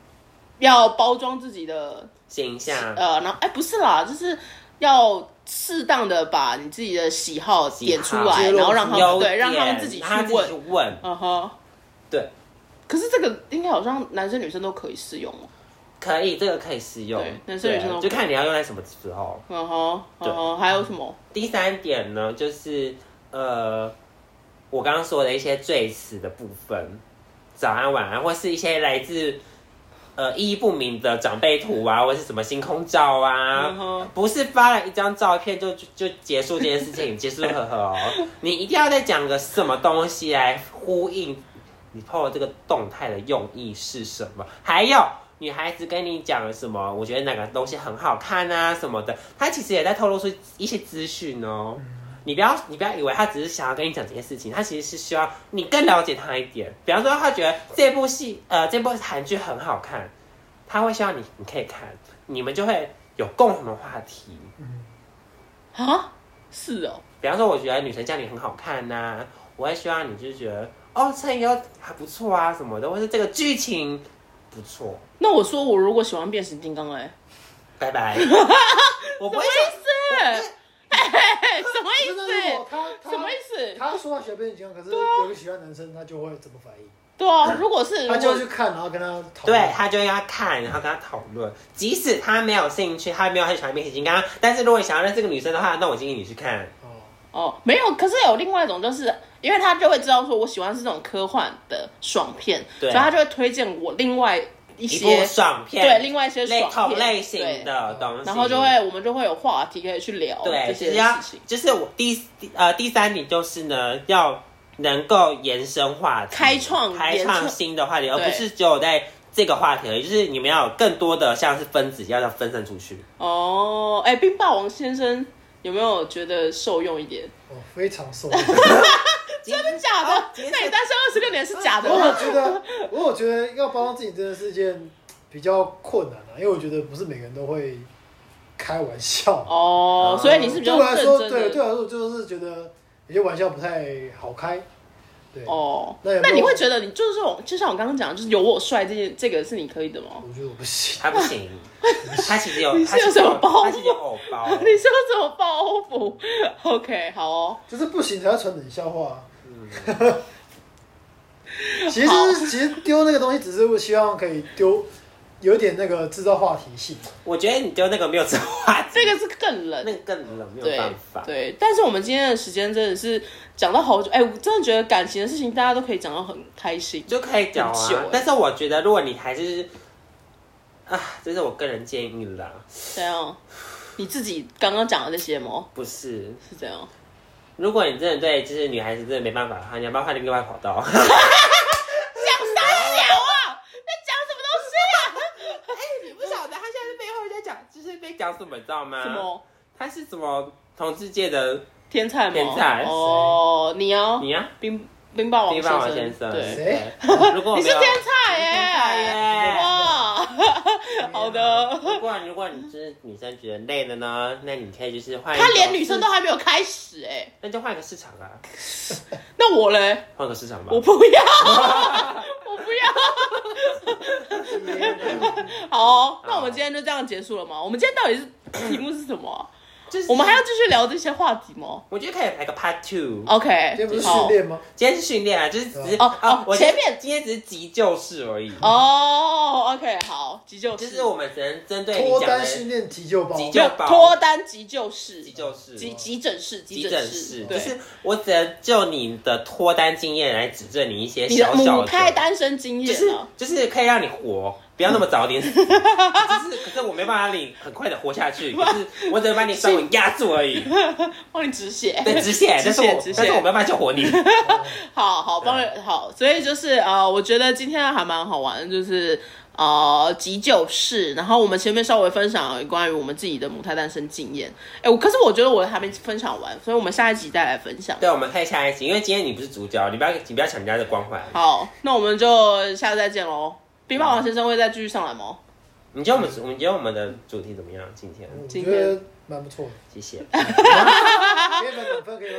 Speaker 1: 要包装自己的
Speaker 2: 形象
Speaker 1: 呃，然后哎，不是啦，就是要适当的把你自己的喜好点出来，
Speaker 3: 喜好
Speaker 1: 然后让他们
Speaker 2: 优
Speaker 1: 对，
Speaker 2: 点
Speaker 1: 让他们自己去
Speaker 2: 让他
Speaker 1: 问
Speaker 2: 去。问，
Speaker 1: 嗯哼，
Speaker 2: 对。
Speaker 1: 可是这个应该好像男生女生都可以适用哦。
Speaker 2: 可以，这个可以适用
Speaker 1: 对，男生女生都
Speaker 2: 就看你要用在什么时候。
Speaker 1: 嗯哼，
Speaker 2: 对
Speaker 1: 嗯哼，还有什么？
Speaker 2: 第三点呢，就是呃，我刚刚说的一些最词的部分，早安、晚安，或是一些来自呃意义不明的长辈图啊，或是什么星空照啊，
Speaker 1: 嗯哼
Speaker 2: 不是发了一张照片就就就结束这件事情，结束呵呵哦，你一定要再讲个什么东西来呼应你 PO 这个动态的用意是什么？还有女孩子跟你讲了什么？我觉得哪个东西很好看啊什么的，她其实也在透露出一些资讯哦。你不要，你不要以为她只是想要跟你讲这件事情，她其实是需要你更了解她一点。比方说，她觉得这部戏，呃，这部韩剧很好看，她会希望你你可以看，你们就会有共同的话题。
Speaker 1: 啊？是哦，
Speaker 2: 比方说，我觉得女神降临很好看呐、我会希望你就是觉得哦，这个还不错啊什么的，或是这个剧情不错，
Speaker 1: 那我说我如果喜欢变形金刚、欸，哎，
Speaker 2: 拜拜。我不会
Speaker 1: 意
Speaker 2: 说，
Speaker 1: 思？哎、什么意
Speaker 3: 如果
Speaker 1: 思？
Speaker 3: 他他
Speaker 1: 什么意思？
Speaker 3: 他说他喜欢变形金刚，可是
Speaker 2: 啊
Speaker 3: 有个喜欢男生，他就会怎么反应？
Speaker 1: 对啊，如果是
Speaker 3: 他就会去看，然后跟他讨论
Speaker 2: 对他就要看，然后跟他讨论。即使他没有兴趣，他没有很喜欢变形金刚，但是如果你想要认识这个女生的话，那我建议你去看。
Speaker 3: 哦，
Speaker 1: 哦，没有，可是有另外一种，就是因为他就会知道说我喜欢是这种科幻的爽片，所
Speaker 2: 对
Speaker 1: 以他就会推荐我另外一
Speaker 2: 一部
Speaker 1: 些
Speaker 2: 爽片，
Speaker 1: 对另外一些
Speaker 2: 类
Speaker 1: 爽
Speaker 2: 同
Speaker 1: 片
Speaker 2: 类型
Speaker 1: 对
Speaker 2: 的东西，
Speaker 1: 然后就会我们就会有话题可以去聊这
Speaker 2: 对，就
Speaker 1: 些
Speaker 2: 是啊要
Speaker 1: 事情，
Speaker 2: 就是我第第呃第三点就是呢，要能够延伸话题，
Speaker 1: 开创
Speaker 2: 开
Speaker 1: 延
Speaker 2: 创
Speaker 1: 伸
Speaker 2: 新的话题，而
Speaker 1: 对
Speaker 2: 不是只有在这个话题而已，就是你们要有更多的像是分子要要分散出去。
Speaker 1: 哦。哎，冰霸王先生有没有觉得受用一点？
Speaker 3: 我哦非常 受。
Speaker 2: 真
Speaker 1: 真的假
Speaker 2: 哦
Speaker 1: 的？那你单身二十六年是假的
Speaker 3: 我有
Speaker 1: 吗？
Speaker 3: 觉得，我有觉得要包装自己真的是一件比较困难的、啊因为我觉得不是每个人都会开玩笑。
Speaker 1: 哦，所以你是比
Speaker 3: 对
Speaker 1: 较
Speaker 3: 我来说，
Speaker 1: 认
Speaker 3: 对
Speaker 1: 真
Speaker 3: 对
Speaker 1: 的
Speaker 3: 我来说就是觉得有些玩笑不太好开。对，
Speaker 1: 哦。
Speaker 3: 那有没有
Speaker 1: 那你会觉得你就是这种，就像我刚刚讲的，就是有我帅这件这个是你可以的吗？
Speaker 3: 我觉得我不行。
Speaker 2: 他 不行，他其实有，
Speaker 1: 你是
Speaker 2: 他其
Speaker 1: 有
Speaker 2: 实
Speaker 1: 什么包
Speaker 2: 他其实有偶包。
Speaker 1: 你是要怎么报复？OK，好哦。
Speaker 2: 嗯
Speaker 3: 就是不行才要传冷笑话。啊
Speaker 1: 嗯
Speaker 3: 其实就是其实丢那个东西，只是希望可以丢有点那个制造话题性。
Speaker 2: 我觉得你丢那个没有这话题，
Speaker 1: 这个是更冷
Speaker 2: 那。个更冷，没有
Speaker 1: 对
Speaker 2: 办法。
Speaker 1: 对，但是我们今天的时间真的是讲到好久，哎、我真的觉得感情的事情大家都可以讲到很开心。
Speaker 2: 就可以讲
Speaker 1: 很久
Speaker 2: 啊
Speaker 1: 欸。
Speaker 2: 但是我觉得，如果你还是啊，这是我个人建议啦，
Speaker 1: 这样，你自己刚刚讲的那些吗？
Speaker 2: 不是
Speaker 1: 是这样，
Speaker 2: 如果你真的对就是女孩子真的没办法的话，你要不要换另外跑道？
Speaker 1: 讲三小啊，在讲什么东西啊？
Speaker 2: 你 不晓得，他现在是背后在讲，就是被讲什么，你知道吗？
Speaker 1: 什？么
Speaker 2: 他是什么同志界的
Speaker 1: 天才吗？
Speaker 2: 天才
Speaker 1: 哦，你哦，
Speaker 2: 你啊？
Speaker 1: 冰冰霸王
Speaker 2: 丁
Speaker 1: 先
Speaker 2: 霸
Speaker 1: 生，
Speaker 2: 王先生，
Speaker 1: 对，
Speaker 3: 谁
Speaker 2: 对？如果
Speaker 1: 哦
Speaker 2: 我
Speaker 1: 你
Speaker 2: 没
Speaker 1: 是
Speaker 2: 有
Speaker 1: 天才啊耶、
Speaker 2: 耶
Speaker 1: 哇，好的。
Speaker 2: 如果如果你就是女生觉得累了呢，那你可以就是换一个
Speaker 1: 啊他连女生都还没有开始哎、
Speaker 2: 那就换一个市场啊，
Speaker 1: 那我嘞？
Speaker 2: 换个市场吧。
Speaker 1: 我不 要，我不要。哦好、那我们今天就这样结束了吗？我们今天到底是题目是什么啊、
Speaker 2: 就是
Speaker 1: 我们还要继续聊这些话题吗
Speaker 2: 我觉得可以来个 Part Two。
Speaker 1: ？OK，
Speaker 3: 今天不是
Speaker 1: 好
Speaker 3: 训练吗？
Speaker 2: 今天是训练啊，就是只是
Speaker 1: 哦哦
Speaker 2: 啊我今天
Speaker 1: 前面
Speaker 2: 今天只是急救室而已，
Speaker 1: 哦，OK，好，急救
Speaker 2: 就
Speaker 1: 室
Speaker 2: 是我们只能针对你
Speaker 3: 脱
Speaker 2: 讲的
Speaker 3: 单训练急救包，
Speaker 2: 急
Speaker 1: 没
Speaker 2: 救
Speaker 1: 有
Speaker 2: 宝
Speaker 1: 脱单急救室，
Speaker 2: 急救室
Speaker 1: 急急诊室，
Speaker 2: 急
Speaker 1: 急
Speaker 2: 诊
Speaker 1: 室，
Speaker 2: 室，
Speaker 1: 对，
Speaker 2: 就是我只能就你的脱单经验来指正你一些
Speaker 1: 你的
Speaker 2: 小小
Speaker 1: 母
Speaker 2: 的
Speaker 1: 胎单身经
Speaker 2: 就
Speaker 1: 验
Speaker 2: 是
Speaker 1: 啊。
Speaker 2: 就是可以让你活，不要那么早 点死。就是可是我没办法让你很快的活下 去，可是我只能把你稍微压住而已，
Speaker 1: 帮你止血，
Speaker 2: 对止血，但是我
Speaker 1: 止血
Speaker 2: 但是我没办法救活 你。
Speaker 1: 好好帮人好，所以就是呃，我觉得今天还蛮好玩的，就是呃急救室，然后我们前面稍微分享了关于我们自己的母胎单身经验，哎，我可是我觉得我还没分享完，所以我们下一集再来分享。
Speaker 2: 对，我们看下一集，因为今天你不是主角，你不要你不要抢人家的光环。
Speaker 1: 好，那我们就下次再见喽。冰霸王先生会再继续上来吗？
Speaker 2: 你觉得我们我们觉得我们的主题怎么样？今天
Speaker 3: 我
Speaker 1: 今
Speaker 3: 觉
Speaker 1: 天
Speaker 3: 得蛮不错的，
Speaker 2: 谢 谢。
Speaker 3: 给你们满分可 以吗？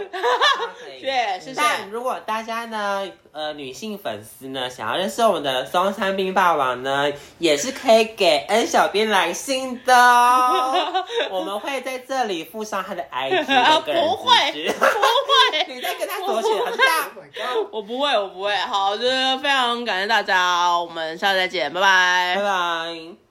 Speaker 1: 对，谢谢。
Speaker 2: 但如果大家呢，呃，女性粉丝呢，想要认识我们的松山冰霸王呢，也是可以给 N 小编来信 的哦。我们会在这里附上他的 IG
Speaker 1: 啊，
Speaker 2: 的
Speaker 1: 不
Speaker 2: 个人
Speaker 1: 会，
Speaker 2: 资讯
Speaker 1: 不会，
Speaker 2: 你在跟他索取很大
Speaker 3: Oh。my god！
Speaker 1: 我不会，我不会。好，就是非常感谢大家，我们下次再见，拜拜
Speaker 2: 拜拜。